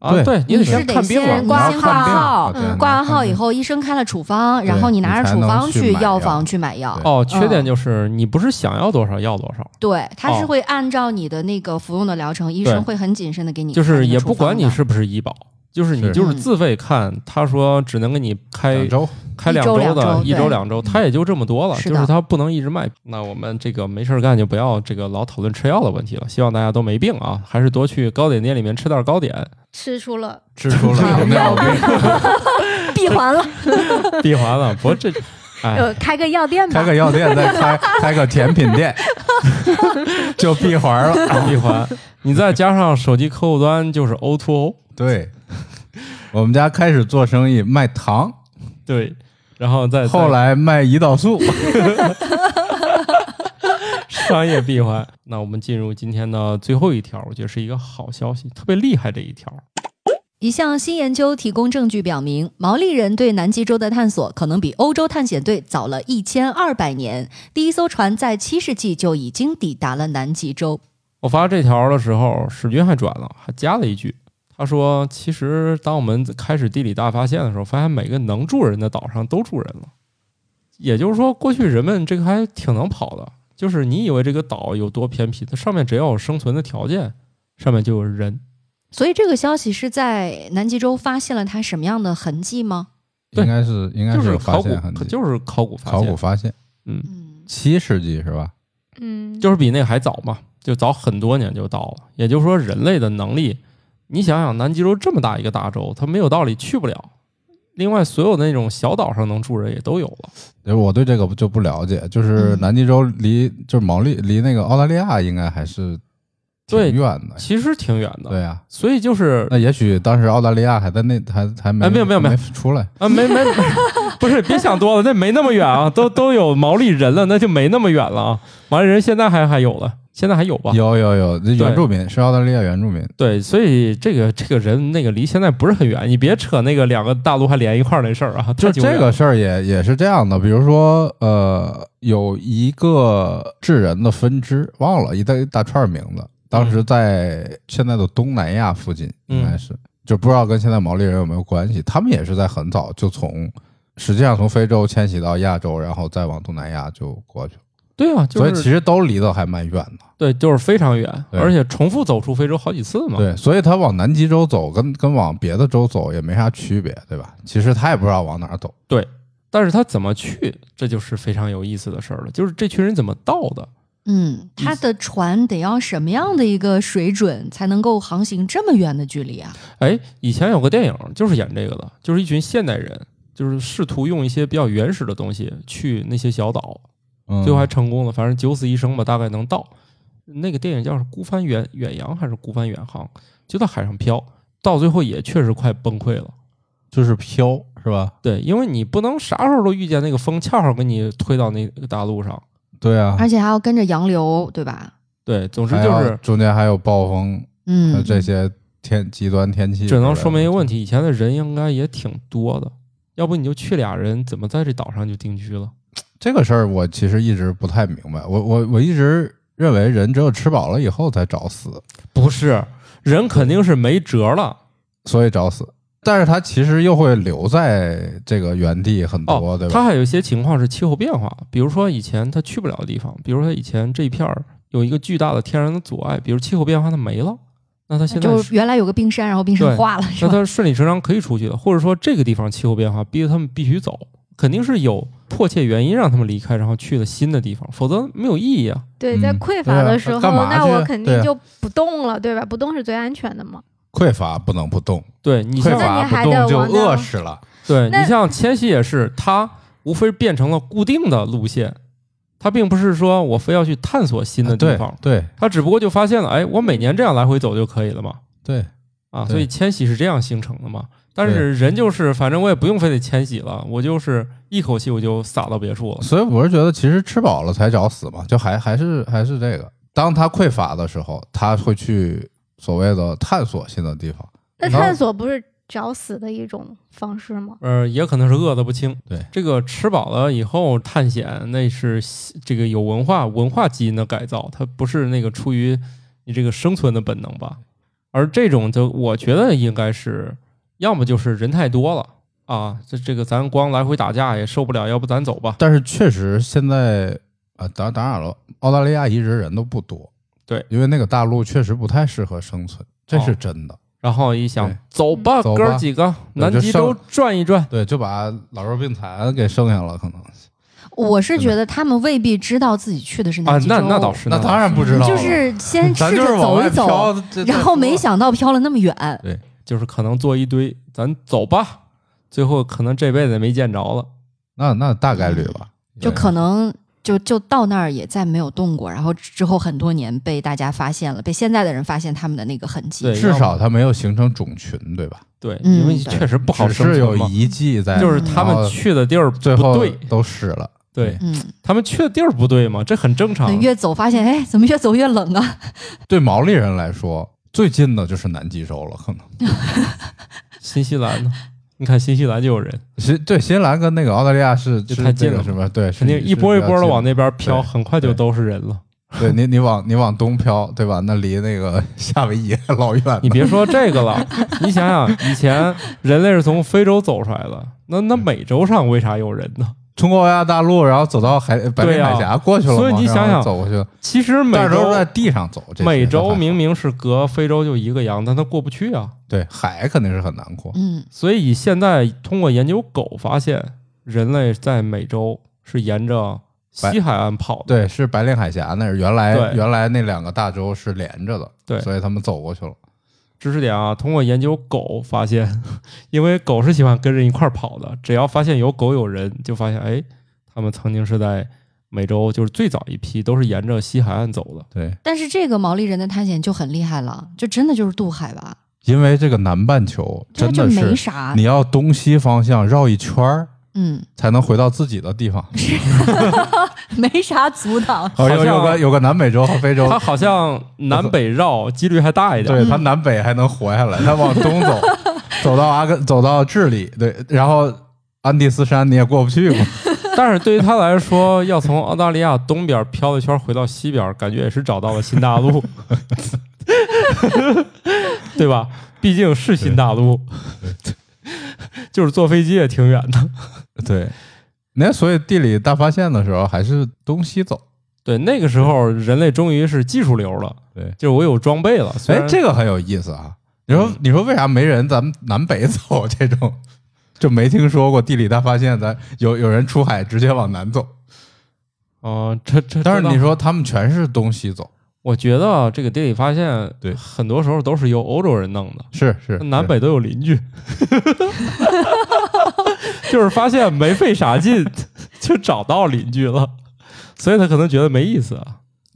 [SPEAKER 1] 啊，
[SPEAKER 4] 对
[SPEAKER 1] 对，你
[SPEAKER 3] 你
[SPEAKER 1] 得
[SPEAKER 3] 是
[SPEAKER 1] 先
[SPEAKER 3] 得
[SPEAKER 1] 看病啊
[SPEAKER 3] 先
[SPEAKER 1] 你
[SPEAKER 3] 挂
[SPEAKER 1] 要
[SPEAKER 3] 电
[SPEAKER 1] 看病
[SPEAKER 3] 话号嗯
[SPEAKER 4] 对你要
[SPEAKER 3] 挂完
[SPEAKER 4] 看
[SPEAKER 3] 号
[SPEAKER 4] 病
[SPEAKER 3] 以后，医生开了处方，然
[SPEAKER 4] 对
[SPEAKER 3] 后你
[SPEAKER 4] 你
[SPEAKER 3] 拿着
[SPEAKER 4] 才
[SPEAKER 3] 处
[SPEAKER 4] 能
[SPEAKER 3] 方
[SPEAKER 4] 去
[SPEAKER 3] 去药
[SPEAKER 4] 买药
[SPEAKER 3] 房去买药。
[SPEAKER 4] 对
[SPEAKER 1] 哦，缺
[SPEAKER 3] 嗯
[SPEAKER 1] 点就是你不是想要多少要多少，
[SPEAKER 3] 对，他是
[SPEAKER 1] 哦
[SPEAKER 3] 会按照你的那个服用的疗程，医生
[SPEAKER 1] 对
[SPEAKER 3] 会很谨慎的给你开
[SPEAKER 1] 就
[SPEAKER 3] 那个处方的，嗯
[SPEAKER 1] 是也不管你是不是医保，就是你
[SPEAKER 4] 是
[SPEAKER 1] 就是自费看，他说只能给你开
[SPEAKER 4] 两周
[SPEAKER 1] 开
[SPEAKER 3] 一
[SPEAKER 1] 两
[SPEAKER 3] 周
[SPEAKER 1] 周
[SPEAKER 3] 两
[SPEAKER 1] 的
[SPEAKER 3] 周
[SPEAKER 1] 一周
[SPEAKER 3] 对
[SPEAKER 1] 两周，他也就这么多了，
[SPEAKER 3] 是
[SPEAKER 1] 就
[SPEAKER 3] 的
[SPEAKER 1] 是他不能一直卖。那我们这个没事儿干就不要这个老讨论吃药的问题了，希望大家都没病啊，还是多去糕点店里面吃点糕点，
[SPEAKER 2] 吃出了
[SPEAKER 4] 吃出 (laughs) 了糖
[SPEAKER 1] (laughs)
[SPEAKER 4] 尿病，
[SPEAKER 2] 闭环了，
[SPEAKER 1] 闭环了。不过这，哎，
[SPEAKER 2] 呃，开个药店吧
[SPEAKER 4] 开，个药店，再开开个甜品
[SPEAKER 1] (laughs)
[SPEAKER 4] 店，就闭环了。
[SPEAKER 1] 闭环，你再加上手机客户端就是 O to O，
[SPEAKER 4] 对，我们家开始做生意卖糖，
[SPEAKER 1] 对，然后再
[SPEAKER 4] 后
[SPEAKER 1] 来。
[SPEAKER 4] 来卖胰岛素。
[SPEAKER 1] 商业闭环。那我们进入今天的最后一条，我觉得是一个好消息，特别厉害这一条。
[SPEAKER 3] 一项新研究提供证据表明，毛利人对南极洲的探索可能比欧洲探险队早了一千二百年。第一艘船在七世纪就已经抵达了南极洲。
[SPEAKER 1] 我发这条的时候，史军还转了，还加了一句，他说：“其实当我们开始地理大发现的时候，发现每个能住人的岛上都住人了。也就是说，过去人们这个还挺能跑的，就是你以为这个岛有多偏僻，它上面只要有生存的条件，上面就有人。
[SPEAKER 3] 所以这个消息是在南极洲发现了它什么样的痕迹吗？
[SPEAKER 1] 对
[SPEAKER 4] 应该是应该
[SPEAKER 1] 就是是
[SPEAKER 4] 有发
[SPEAKER 1] 考
[SPEAKER 4] 现痕
[SPEAKER 1] 古，
[SPEAKER 4] 迹，
[SPEAKER 1] 就是考古发
[SPEAKER 4] 考
[SPEAKER 1] 现，
[SPEAKER 4] 古发现，
[SPEAKER 1] 嗯，
[SPEAKER 3] 嗯，
[SPEAKER 4] 七世纪是吧？
[SPEAKER 2] 嗯，
[SPEAKER 1] 就是比那个还早嘛，就早很多年就到了。也就是说，人类的能力，你想想，南极洲这么大一个大洲，它没有道理去不了。另外，所有的那种小岛上能住人也都有了。
[SPEAKER 4] 就是我对这个就不了解，就是
[SPEAKER 3] 嗯
[SPEAKER 4] 南极洲离就是毛利离那个澳大利亚应该还是挺
[SPEAKER 1] 对
[SPEAKER 4] 远的，
[SPEAKER 1] 其实挺远的，
[SPEAKER 4] 哎对啊。
[SPEAKER 1] 所以就是
[SPEAKER 4] 那也许当时澳大利亚还在那还还没
[SPEAKER 1] 哎没有没有没有
[SPEAKER 4] 出来，
[SPEAKER 1] 啊，没 (laughs) 没，没不是，别想多了，那没那么远啊，都都有毛利人了，那就没那么远了啊。毛利人现在还还有了，现在还有吧？
[SPEAKER 4] 有有有，那原住民是澳大利亚原住民，
[SPEAKER 1] 对，所以这个这个人那个离现在不是很远，你别扯那个两个大陆还连一块儿那事儿啊，
[SPEAKER 4] 就
[SPEAKER 1] 太久远
[SPEAKER 4] 这
[SPEAKER 1] 了
[SPEAKER 4] 个事儿也也是这样的，比如说呃，有一个智人的分支，忘了一大一大串名字，当
[SPEAKER 1] 嗯
[SPEAKER 4] 时在现在的东南亚附近，应该是、就不知道跟现在毛利人有没有关系，他们也是在很早就从实际上从非洲迁徙到亚洲，然后再往东南亚就过去了，
[SPEAKER 1] 对啊，就
[SPEAKER 4] 所以
[SPEAKER 1] 是
[SPEAKER 4] 其实都离得还蛮远的。
[SPEAKER 1] 对，就是非常远，
[SPEAKER 4] 对
[SPEAKER 1] 而且重复走出非洲好几次嘛。，
[SPEAKER 4] 对，所以他往南极洲走，跟跟往别的洲走也没啥区别，对吧？其实他也不知道往哪儿走。
[SPEAKER 1] 但是他怎么去，这就是非常有意思的事儿了。就是这群人怎么到的？
[SPEAKER 3] 嗯，它的船得要什么样的一个水准才能够航行这么远的距离啊？
[SPEAKER 1] 哎，以前有个电影就是演这个的，就是一群现代人，就是试图用一些比较原始的东西去那些小岛，
[SPEAKER 4] 嗯
[SPEAKER 1] 最后还成功了，反正九死一生吧，大概能到。那个电影叫是《孤帆远远洋》还是《孤帆远航》，就在海上漂，到最后也确实快崩溃了。
[SPEAKER 4] 就是飘，是吧？
[SPEAKER 1] 对，因为你不能啥时候都遇见那个风，恰好给你推到那个大陆上。
[SPEAKER 4] 对啊，
[SPEAKER 3] 而且还要跟着洋流，对吧？
[SPEAKER 1] 对，总之
[SPEAKER 4] 还
[SPEAKER 1] 就
[SPEAKER 4] 要
[SPEAKER 1] 是
[SPEAKER 4] 中间还有暴风，还
[SPEAKER 1] 呃
[SPEAKER 4] 有
[SPEAKER 3] 嗯，
[SPEAKER 4] 这些天极端天气之类的，
[SPEAKER 1] 只能说嗯明一个问题：以前的人应该也挺多的，要不你就去俩人，怎么在这岛上就定居了？
[SPEAKER 4] 这个事儿，我其实一直不太明白。我我我一直认为人只有吃饱了以后才找死，
[SPEAKER 1] 不是，人肯定是没辙了。
[SPEAKER 4] 所以找死。但是他其实又会留在这个原地很多，
[SPEAKER 1] 哦
[SPEAKER 4] 对，吧
[SPEAKER 1] 它？还有一些情况是气候变化，比如说以前它去不了的地方，比如说以前这一片儿有一个巨大的天然的阻碍，比如气候变化它没了，那它现在。
[SPEAKER 3] 就是原来有个冰山，然后冰
[SPEAKER 1] 对
[SPEAKER 3] 山化了，是
[SPEAKER 1] 那
[SPEAKER 3] 吧？
[SPEAKER 1] 它顺理成章可以出去了，或者说这个地方气候变化逼得他们必须走，肯定是有迫切原因让他们离开，然后去了新的地方，否则没有意义啊。
[SPEAKER 2] 对，在
[SPEAKER 4] 嗯
[SPEAKER 2] 匮
[SPEAKER 4] 对
[SPEAKER 2] 乏
[SPEAKER 4] 啊
[SPEAKER 2] 的时候，
[SPEAKER 4] 干嘛
[SPEAKER 2] 那
[SPEAKER 4] 去
[SPEAKER 2] 我肯
[SPEAKER 4] 对啊
[SPEAKER 2] 定就不动了，对吧？不动是最安全的嘛。
[SPEAKER 4] 匮乏不能不动，
[SPEAKER 1] 对你
[SPEAKER 4] 匮
[SPEAKER 1] 像
[SPEAKER 4] 乏
[SPEAKER 2] 那
[SPEAKER 4] 不
[SPEAKER 2] 你还
[SPEAKER 4] 动
[SPEAKER 2] 得
[SPEAKER 4] 就
[SPEAKER 2] 往那
[SPEAKER 4] 饿死了。
[SPEAKER 1] 对
[SPEAKER 2] 那
[SPEAKER 1] 你像千玺也是，他无非变成了固定的路线，他并不是说我非要去探索新的地
[SPEAKER 4] 啊对
[SPEAKER 1] 方，
[SPEAKER 4] 对
[SPEAKER 1] 他只不过就发现了，哎，我每年这样来回走就可以了嘛，
[SPEAKER 4] 对，
[SPEAKER 1] 啊，
[SPEAKER 4] 对
[SPEAKER 1] 所以迁徙是这样形成的嘛。但是人就是，反正我也不用非得迁徙了，我就是一口气我就撒到别处了。
[SPEAKER 4] 所以我是觉得，其实吃饱了才找死嘛，就还还是还是这个。当他匮乏的时候，他会去所谓的探索新的地方。
[SPEAKER 2] 那
[SPEAKER 4] 然后
[SPEAKER 2] 探索不是找死的一种方式吗？
[SPEAKER 1] 呃，也可能是饿得不轻。
[SPEAKER 4] 对
[SPEAKER 1] 这个吃饱了以后探险，那是西这个有文化文化基因的改造，它不是那个出于你这个生存的本能吧？而这种就我觉得应该是，要么就是人太多了啊，这这个咱光来回打架也受不了，要不咱走吧？
[SPEAKER 4] 但是确实现在啊，当当然了，澳大利亚移植人都不多，
[SPEAKER 1] 对，
[SPEAKER 4] 因为那个大陆确实不太适合生存，这是
[SPEAKER 1] 哦
[SPEAKER 4] 真的。
[SPEAKER 1] 然后一想
[SPEAKER 4] 对，
[SPEAKER 1] 走吧，
[SPEAKER 4] 走
[SPEAKER 1] 哥儿
[SPEAKER 4] 吧
[SPEAKER 1] 几个，
[SPEAKER 4] 对
[SPEAKER 1] 南
[SPEAKER 4] 就
[SPEAKER 1] 极
[SPEAKER 4] 上
[SPEAKER 1] 洲转一转。
[SPEAKER 4] 对，就把老弱病残给剩下了，可能
[SPEAKER 3] 我是觉得他们未必知道自己去的是
[SPEAKER 1] 啊
[SPEAKER 3] 南极，洲，
[SPEAKER 1] 那那倒是，
[SPEAKER 4] 那当然不知道了，
[SPEAKER 3] 就是
[SPEAKER 1] (laughs)
[SPEAKER 3] 先
[SPEAKER 4] 咱
[SPEAKER 3] 试
[SPEAKER 4] 就是
[SPEAKER 3] 着
[SPEAKER 4] 往
[SPEAKER 3] 走
[SPEAKER 4] 外
[SPEAKER 3] 一
[SPEAKER 4] 飘
[SPEAKER 3] 走，，
[SPEAKER 4] 这
[SPEAKER 3] 然后没想到飘了那么远。
[SPEAKER 1] 就是可能做一堆，咱走吧，最后可能这辈子也没见着了。
[SPEAKER 4] 那那大概率吧，
[SPEAKER 3] 就
[SPEAKER 4] 对
[SPEAKER 3] 可能就就到那儿也再没有动过，然后之后很多年被大家发现了，被现在的人发现他们的那个痕迹
[SPEAKER 1] 对。
[SPEAKER 4] 至少它没有形成种群，对吧？
[SPEAKER 1] 对，
[SPEAKER 3] 嗯
[SPEAKER 1] 因为
[SPEAKER 3] 对
[SPEAKER 1] 确实不好
[SPEAKER 4] 只
[SPEAKER 1] 生
[SPEAKER 4] 是有
[SPEAKER 1] 存嘛，
[SPEAKER 4] 遗迹在，
[SPEAKER 1] 就是他
[SPEAKER 4] 然后
[SPEAKER 1] 们去的地儿
[SPEAKER 4] 最
[SPEAKER 1] 不
[SPEAKER 4] 后
[SPEAKER 1] 对，
[SPEAKER 4] 都是了。
[SPEAKER 1] 对
[SPEAKER 3] 嗯，
[SPEAKER 1] 他们去的地儿不对嘛，这很正常。
[SPEAKER 3] 越走发现，哎，怎么越走越冷啊？ (laughs)
[SPEAKER 4] 对毛利人来说，最近的就是南极洲了，可能。
[SPEAKER 1] 新西兰呢？你看新西兰就有人，
[SPEAKER 4] 新对新西兰跟那个澳大利亚是
[SPEAKER 1] 就是太近了
[SPEAKER 4] 是吧？对，
[SPEAKER 1] 肯定
[SPEAKER 4] 是
[SPEAKER 1] 一波一波的往。那边飘，
[SPEAKER 4] 对
[SPEAKER 1] 很快就都是人了。
[SPEAKER 4] 是比较近对你，你往你往东飘，对吧？那离那个 (laughs) 夏威夷还老远呢。
[SPEAKER 1] 你别说这个
[SPEAKER 4] (laughs)
[SPEAKER 1] 了，你想想，以前人类是从非洲走出来的，那
[SPEAKER 4] 嗯
[SPEAKER 1] 那美洲上为啥有人呢？
[SPEAKER 4] 通过欧亚大陆，然后走到海百
[SPEAKER 1] 对
[SPEAKER 4] 面
[SPEAKER 1] 啊
[SPEAKER 4] 海峡过去了嘛，
[SPEAKER 1] 所以你想想
[SPEAKER 4] 然后走过去了，
[SPEAKER 1] 其实美
[SPEAKER 4] 但是都是在
[SPEAKER 1] 洲
[SPEAKER 4] 地上走。这些
[SPEAKER 1] 美
[SPEAKER 4] 是
[SPEAKER 1] 洲
[SPEAKER 4] 吧
[SPEAKER 1] 明明是隔非洲就一个洋，但它过不去啊。
[SPEAKER 4] 对海肯定是很难过。
[SPEAKER 3] 嗯，
[SPEAKER 1] 所以现在通过研究狗发现，人类在美洲是沿着西海岸跑的。
[SPEAKER 4] 对，是白令海峡那儿，原来
[SPEAKER 1] 对
[SPEAKER 4] 原来那两个大洲是连着的，
[SPEAKER 1] 对
[SPEAKER 4] 所以他们走过去了。
[SPEAKER 1] 知识点啊，通过研究狗发现， (laughs) 因为狗是喜欢跟人一块儿跑的，只要发现有狗有人，就发现哎，他们曾经是在美洲，就是最早一批都是沿着西海岸走的。
[SPEAKER 4] 对，
[SPEAKER 3] 但是这个毛利人的探险就很厉害了，就真的就是渡海吧，
[SPEAKER 4] 因为这个南半球
[SPEAKER 3] 它
[SPEAKER 4] 真
[SPEAKER 3] 就
[SPEAKER 4] 的
[SPEAKER 3] 没
[SPEAKER 4] 是
[SPEAKER 3] 啥
[SPEAKER 4] 你。要东西方向绕一圈儿
[SPEAKER 3] 嗯， (laughs)
[SPEAKER 4] 才能回到自己的地方。
[SPEAKER 3] 没啥阻挡。
[SPEAKER 1] 好
[SPEAKER 4] 哦，
[SPEAKER 1] 像
[SPEAKER 4] 有有个有个南美洲和非洲
[SPEAKER 1] 它，好嗯像南北绕几率还大一点。
[SPEAKER 4] 对他南北还能活下来，他往
[SPEAKER 1] (laughs)
[SPEAKER 4] 东走，走到阿根，走到智利，对，然后安第斯山你也过不去
[SPEAKER 1] (laughs)
[SPEAKER 4] 嘛。
[SPEAKER 1] 但是对于他来说，要从澳大利亚东边飘一圈回到西边，感觉也是找到了新大 (laughs) 陆，对吧？毕竟是新大陆，就是坐飞机也挺远的。
[SPEAKER 4] 对，那所以地理大发现的时候还是东西走。
[SPEAKER 1] 对，那个时候人类终于是技术流了，
[SPEAKER 4] 对
[SPEAKER 1] 就是我有装备了。虽
[SPEAKER 4] 哎
[SPEAKER 1] 然，嗯
[SPEAKER 4] 这个很有意思啊！你说，你说为啥没人咱们南北走这种？就没听说过地理大发现，咱有有人出海直接往南走，
[SPEAKER 1] 哦、这这，
[SPEAKER 4] 但是你
[SPEAKER 1] 说，
[SPEAKER 4] 说他们全是东西走，
[SPEAKER 1] 我觉得啊这个地理发现，
[SPEAKER 4] 对
[SPEAKER 1] 很多时候都是由欧洲人弄的。
[SPEAKER 4] 是是
[SPEAKER 1] 南北都有邻居， (laughs) 就是发现没费啥劲就找到邻居了，所以他可能觉得没意思啊。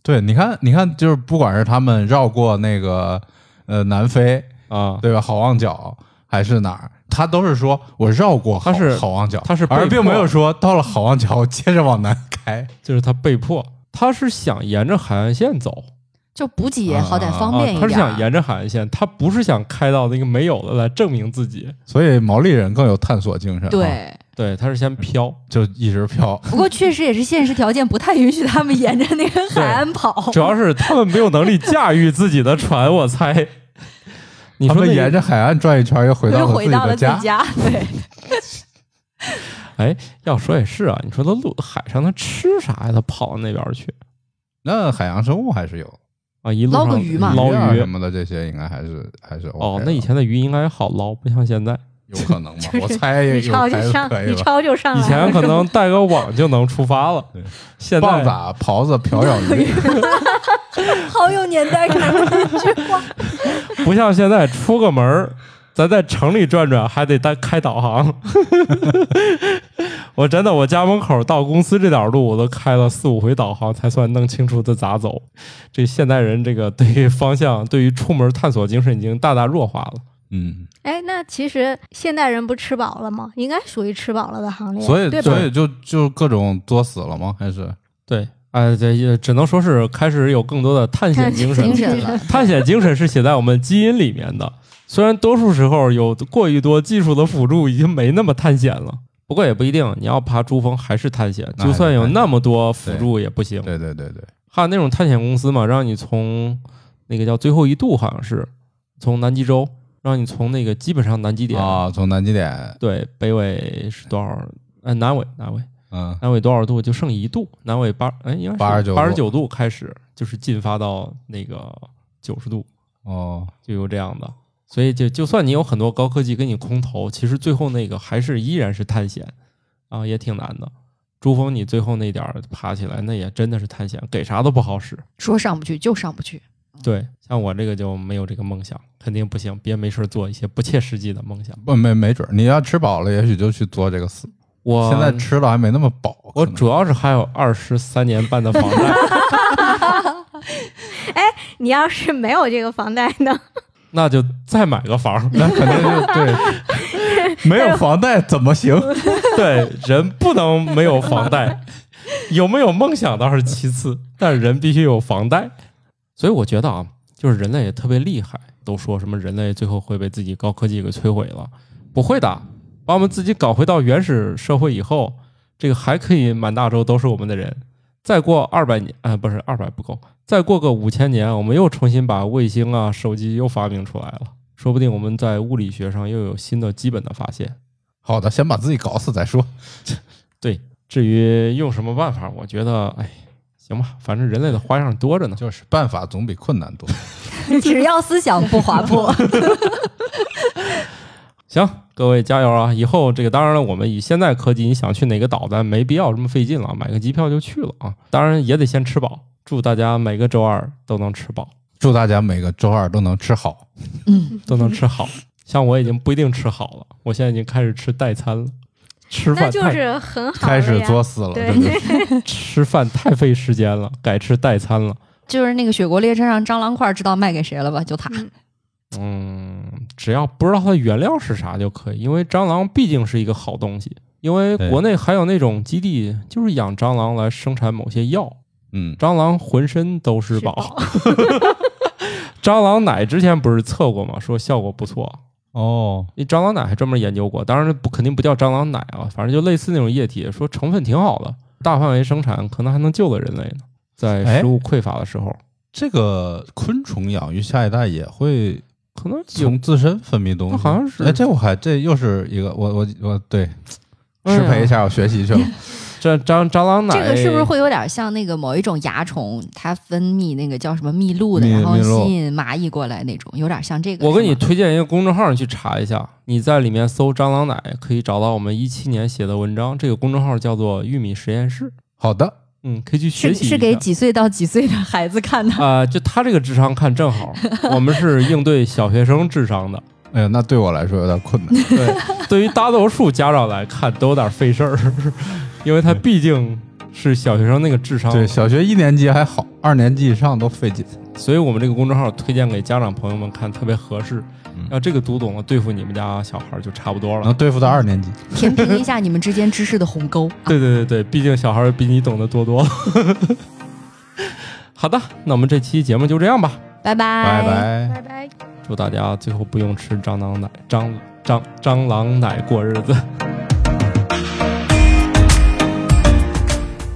[SPEAKER 4] 对，你看你看，就是不管是他们绕过那个呃南非，
[SPEAKER 1] 啊，
[SPEAKER 4] 对吧？好望角还是哪儿，他都是说我绕过好
[SPEAKER 1] 他是
[SPEAKER 4] 好望角，
[SPEAKER 1] 他是被
[SPEAKER 4] 而并
[SPEAKER 1] 迫
[SPEAKER 4] 没有说到了好望角我接着往南开，
[SPEAKER 1] 就是他被迫，他是想沿着海岸线走
[SPEAKER 3] 就补给也好歹方
[SPEAKER 1] 啊
[SPEAKER 3] 便，一
[SPEAKER 1] 他是
[SPEAKER 3] 点儿。
[SPEAKER 1] 想沿着海岸线，他不是想开到那个没有的来证明自己，
[SPEAKER 4] 所以毛利人更有探索精神，，啊
[SPEAKER 3] 对，
[SPEAKER 1] 对，他是先飘。
[SPEAKER 4] 就一直飘，
[SPEAKER 3] 不过确实也是现实条件不太允许他们沿着那个海岸跑。
[SPEAKER 1] 主要是他们没有能力驾驭自己的船，我猜。 (laughs) 你
[SPEAKER 4] 他
[SPEAKER 1] 说
[SPEAKER 4] 们
[SPEAKER 1] 那
[SPEAKER 4] 沿着海岸转一圈，又回到
[SPEAKER 3] 又
[SPEAKER 4] 了自
[SPEAKER 3] 回
[SPEAKER 4] 己
[SPEAKER 3] 到
[SPEAKER 4] 的
[SPEAKER 3] 了自
[SPEAKER 4] 家
[SPEAKER 3] 己。家，对，
[SPEAKER 1] 要说也是啊，你说他陆海上他吃啥呀？他跑到那边去
[SPEAKER 4] 那海洋生物还是有
[SPEAKER 1] 啊，一路
[SPEAKER 3] 捞个
[SPEAKER 1] 上
[SPEAKER 3] 鱼嘛
[SPEAKER 1] 捞
[SPEAKER 4] 啊
[SPEAKER 1] 鱼
[SPEAKER 4] 什么的，这些应该还是还是 OK 啊
[SPEAKER 1] 哦，
[SPEAKER 4] 的
[SPEAKER 1] 那以前的鱼应该好捞，不像现在。
[SPEAKER 4] 有可能吧
[SPEAKER 2] 就？是
[SPEAKER 4] 我猜也
[SPEAKER 2] 你
[SPEAKER 4] 有
[SPEAKER 2] 抄就
[SPEAKER 4] 还是
[SPEAKER 2] 上
[SPEAKER 4] 可，以
[SPEAKER 2] 你
[SPEAKER 4] 吧。
[SPEAKER 2] 抄就上来
[SPEAKER 1] 以前
[SPEAKER 2] 了。
[SPEAKER 1] 可能带个网就能出发了
[SPEAKER 4] 对，
[SPEAKER 1] 现
[SPEAKER 4] 棒
[SPEAKER 1] 在
[SPEAKER 4] 打、狍子、瓢舀鱼，
[SPEAKER 3] 好有年代感的一句话。
[SPEAKER 1] 不像现在出个门儿，咱在城里转转还得带开导航。 (laughs) 我真的，我家门口到公司这点路，我都开了四五回导航才算弄清楚这咋走。这现代人这个对于方向、对于出门探索精神已经大大弱化了。
[SPEAKER 4] 嗯，
[SPEAKER 2] 哎，那其实现代人不吃饱了吗？应该属于吃饱了的行列，
[SPEAKER 4] 所以
[SPEAKER 2] 对吧
[SPEAKER 4] 所？
[SPEAKER 2] (laughs)
[SPEAKER 4] 以就就各种作死了吗？还是
[SPEAKER 1] 对，哎，这也只能说是开始有更多的探险精神
[SPEAKER 3] 精
[SPEAKER 1] 了。
[SPEAKER 3] 神了，
[SPEAKER 1] 探险精神是写在我们基因里面的，虽然多数时候有过于多技术的辅助，已经没那么探险了。哎不过也不一定，你要爬珠峰还是探险，
[SPEAKER 4] 那还
[SPEAKER 1] 就是算有那么多辅助也不行。
[SPEAKER 4] 对对对对，
[SPEAKER 1] 还有那种探险公司嘛，让你从那个叫最后一度好像是从南极洲，让你从那个基本上南极点，
[SPEAKER 4] 啊，从南极点，
[SPEAKER 1] 对，北纬是多少？呃，南纬，南纬，
[SPEAKER 4] 嗯，
[SPEAKER 1] 南纬多少度？就剩一度，南纬八，哎，应该
[SPEAKER 4] 89度
[SPEAKER 1] 八十九度开始，就是进发到那个九十度，
[SPEAKER 4] 哦，
[SPEAKER 1] 就有这样的。所以就就算你有很多高科技给你空投，其实最后那个还是依然是探险啊，也挺难的。珠峰你最后那点儿爬起来，那也真的是探险，给啥都不好使。
[SPEAKER 3] 说上不去就上不去。
[SPEAKER 1] 对，像我这个就没有这个梦想，肯定不行。别没事儿做一些不切实际的梦想。
[SPEAKER 4] 不没没准儿，你要吃饱了，也许就去做这个事。
[SPEAKER 1] 我
[SPEAKER 4] 现在吃了还没那么饱，
[SPEAKER 1] 我
[SPEAKER 4] 可能
[SPEAKER 1] 主要是还有二十三年半的房
[SPEAKER 4] (laughs)
[SPEAKER 1] 贷，
[SPEAKER 2] (laughs) 你要是没有这个房贷呢？
[SPEAKER 1] 那就再买个房。
[SPEAKER 4] 那肯定就对，
[SPEAKER 2] (laughs)
[SPEAKER 4] 没有房贷怎么行？
[SPEAKER 1] 对，人不能没有房贷，有没有梦想倒是其次，但人必须有房贷。所以我觉得啊，就是人类也特别厉害，都说什么人类最后会被自己高科技给摧毁了，不会的，把我们自己搞回到原始社会以后，这个还可以满大洲都是我们的人。再过二百年，啊、不是二百不够，再过个五千年，我们又重新把卫星啊、手机又发明出来了，说不定我们在物理学上又有新的基本的发现。
[SPEAKER 4] 好的，先把自己搞死再说。
[SPEAKER 1] 至于用什么办法，我觉得，哎，行吧，反正人类的花样多着呢。
[SPEAKER 4] (laughs) 就是办法总比困难多。
[SPEAKER 3] 只要思想不滑坡，
[SPEAKER 1] 行，各位加油啊！以后这个当然了，我们以现在科技，你想去哪个岛，咱没必要这么费劲了，买个机票就去了啊。当然也得先吃饱，祝大家每个周二都能吃饱，
[SPEAKER 4] 祝大家每个周二都能吃好。
[SPEAKER 3] 嗯，
[SPEAKER 1] 都能吃
[SPEAKER 2] (laughs)
[SPEAKER 1] 好。像我已经不一定吃好了，我现在已经开始吃代餐了。吃
[SPEAKER 2] 那
[SPEAKER 1] 饭
[SPEAKER 2] 就
[SPEAKER 1] 太
[SPEAKER 2] 是很好
[SPEAKER 4] 开
[SPEAKER 2] 的
[SPEAKER 4] 始
[SPEAKER 2] 呀。
[SPEAKER 4] 作死了，
[SPEAKER 2] 对
[SPEAKER 4] 这就是
[SPEAKER 1] 吃饭太费时间了，改吃代餐了。
[SPEAKER 3] 就是那个雪国列车上蟑螂块，知道卖给谁了吧？就他。
[SPEAKER 2] 嗯
[SPEAKER 1] 嗯，只要不知道它的原料是啥就可以，因为蟑螂毕竟是一个好东西。因为
[SPEAKER 4] 对
[SPEAKER 1] 国内还有那种基地，就是养蟑螂来生产某些药，
[SPEAKER 4] 嗯，
[SPEAKER 1] 蟑螂浑身都是
[SPEAKER 2] 是
[SPEAKER 1] 宝。 (laughs) 蟑螂奶之前不是测过吗？说效果不错。
[SPEAKER 4] 哦，
[SPEAKER 1] 那蟑螂奶还专门研究过，当然不肯定不叫蟑螂奶啊，反正就类似那种液体，说成分挺好的，大范围生产可能还能救了人类呢。在
[SPEAKER 4] 哎
[SPEAKER 1] 食物匮乏的时候，
[SPEAKER 4] 这个昆虫养育下一代也会
[SPEAKER 1] 可能有
[SPEAKER 4] 从自身分泌东西，
[SPEAKER 1] 好像是
[SPEAKER 4] 哎，这我还这又是一个，我我我对，
[SPEAKER 1] 哎呀
[SPEAKER 4] 失陪一下，我学习去了。
[SPEAKER 1] 这蟑蟑螂奶
[SPEAKER 3] 这个是不是会有点像那个某一种蚜虫，它分泌那个叫什么蜜露的，
[SPEAKER 4] 蜜
[SPEAKER 3] 然后
[SPEAKER 4] 蜜露
[SPEAKER 3] 吸引蚂蚁过来那种，有点像这个。
[SPEAKER 1] 我给
[SPEAKER 3] 是
[SPEAKER 1] 你
[SPEAKER 3] 吗
[SPEAKER 1] 推荐一个公众号，你去查一下，你在里面搜“蟑螂奶”，可以找到我们一七年写的文章。这个公众号叫做“玉米实验室
[SPEAKER 4] 好的，”，
[SPEAKER 1] 嗯，可以去学
[SPEAKER 3] 是
[SPEAKER 1] 习一下。
[SPEAKER 3] 是给几岁到几岁的孩子看
[SPEAKER 1] (laughs)
[SPEAKER 3] 的？
[SPEAKER 1] 啊、就他这个智商看正好，我们是应对小学生智商的。
[SPEAKER 4] 哎呀，那对我来说有点困
[SPEAKER 1] (laughs)
[SPEAKER 4] 难。
[SPEAKER 1] 对，对于大多数家长来看都有点费事儿， (laughs) 因为他毕竟是小学生那个智商。
[SPEAKER 4] 对，小学一年级还好，二年级以上都费劲。
[SPEAKER 1] 所以我们这个公众号推荐给家长朋友们看，特别合适。
[SPEAKER 4] 嗯
[SPEAKER 1] 要这个读懂了，对付你们家小孩儿就差不多了
[SPEAKER 4] 能。对付到二年级，
[SPEAKER 3] 填平一下你们之间知识的鸿沟。
[SPEAKER 1] (laughs) 对对对对，毕竟小孩儿比你懂得多多。 (laughs) 好的，那我们这期节目就这样吧。
[SPEAKER 3] 拜
[SPEAKER 4] 拜
[SPEAKER 3] 拜
[SPEAKER 4] 拜。
[SPEAKER 2] 拜拜。
[SPEAKER 1] 祝大家最后不用吃蟑螂奶，蟑蟑蟑螂奶过日子。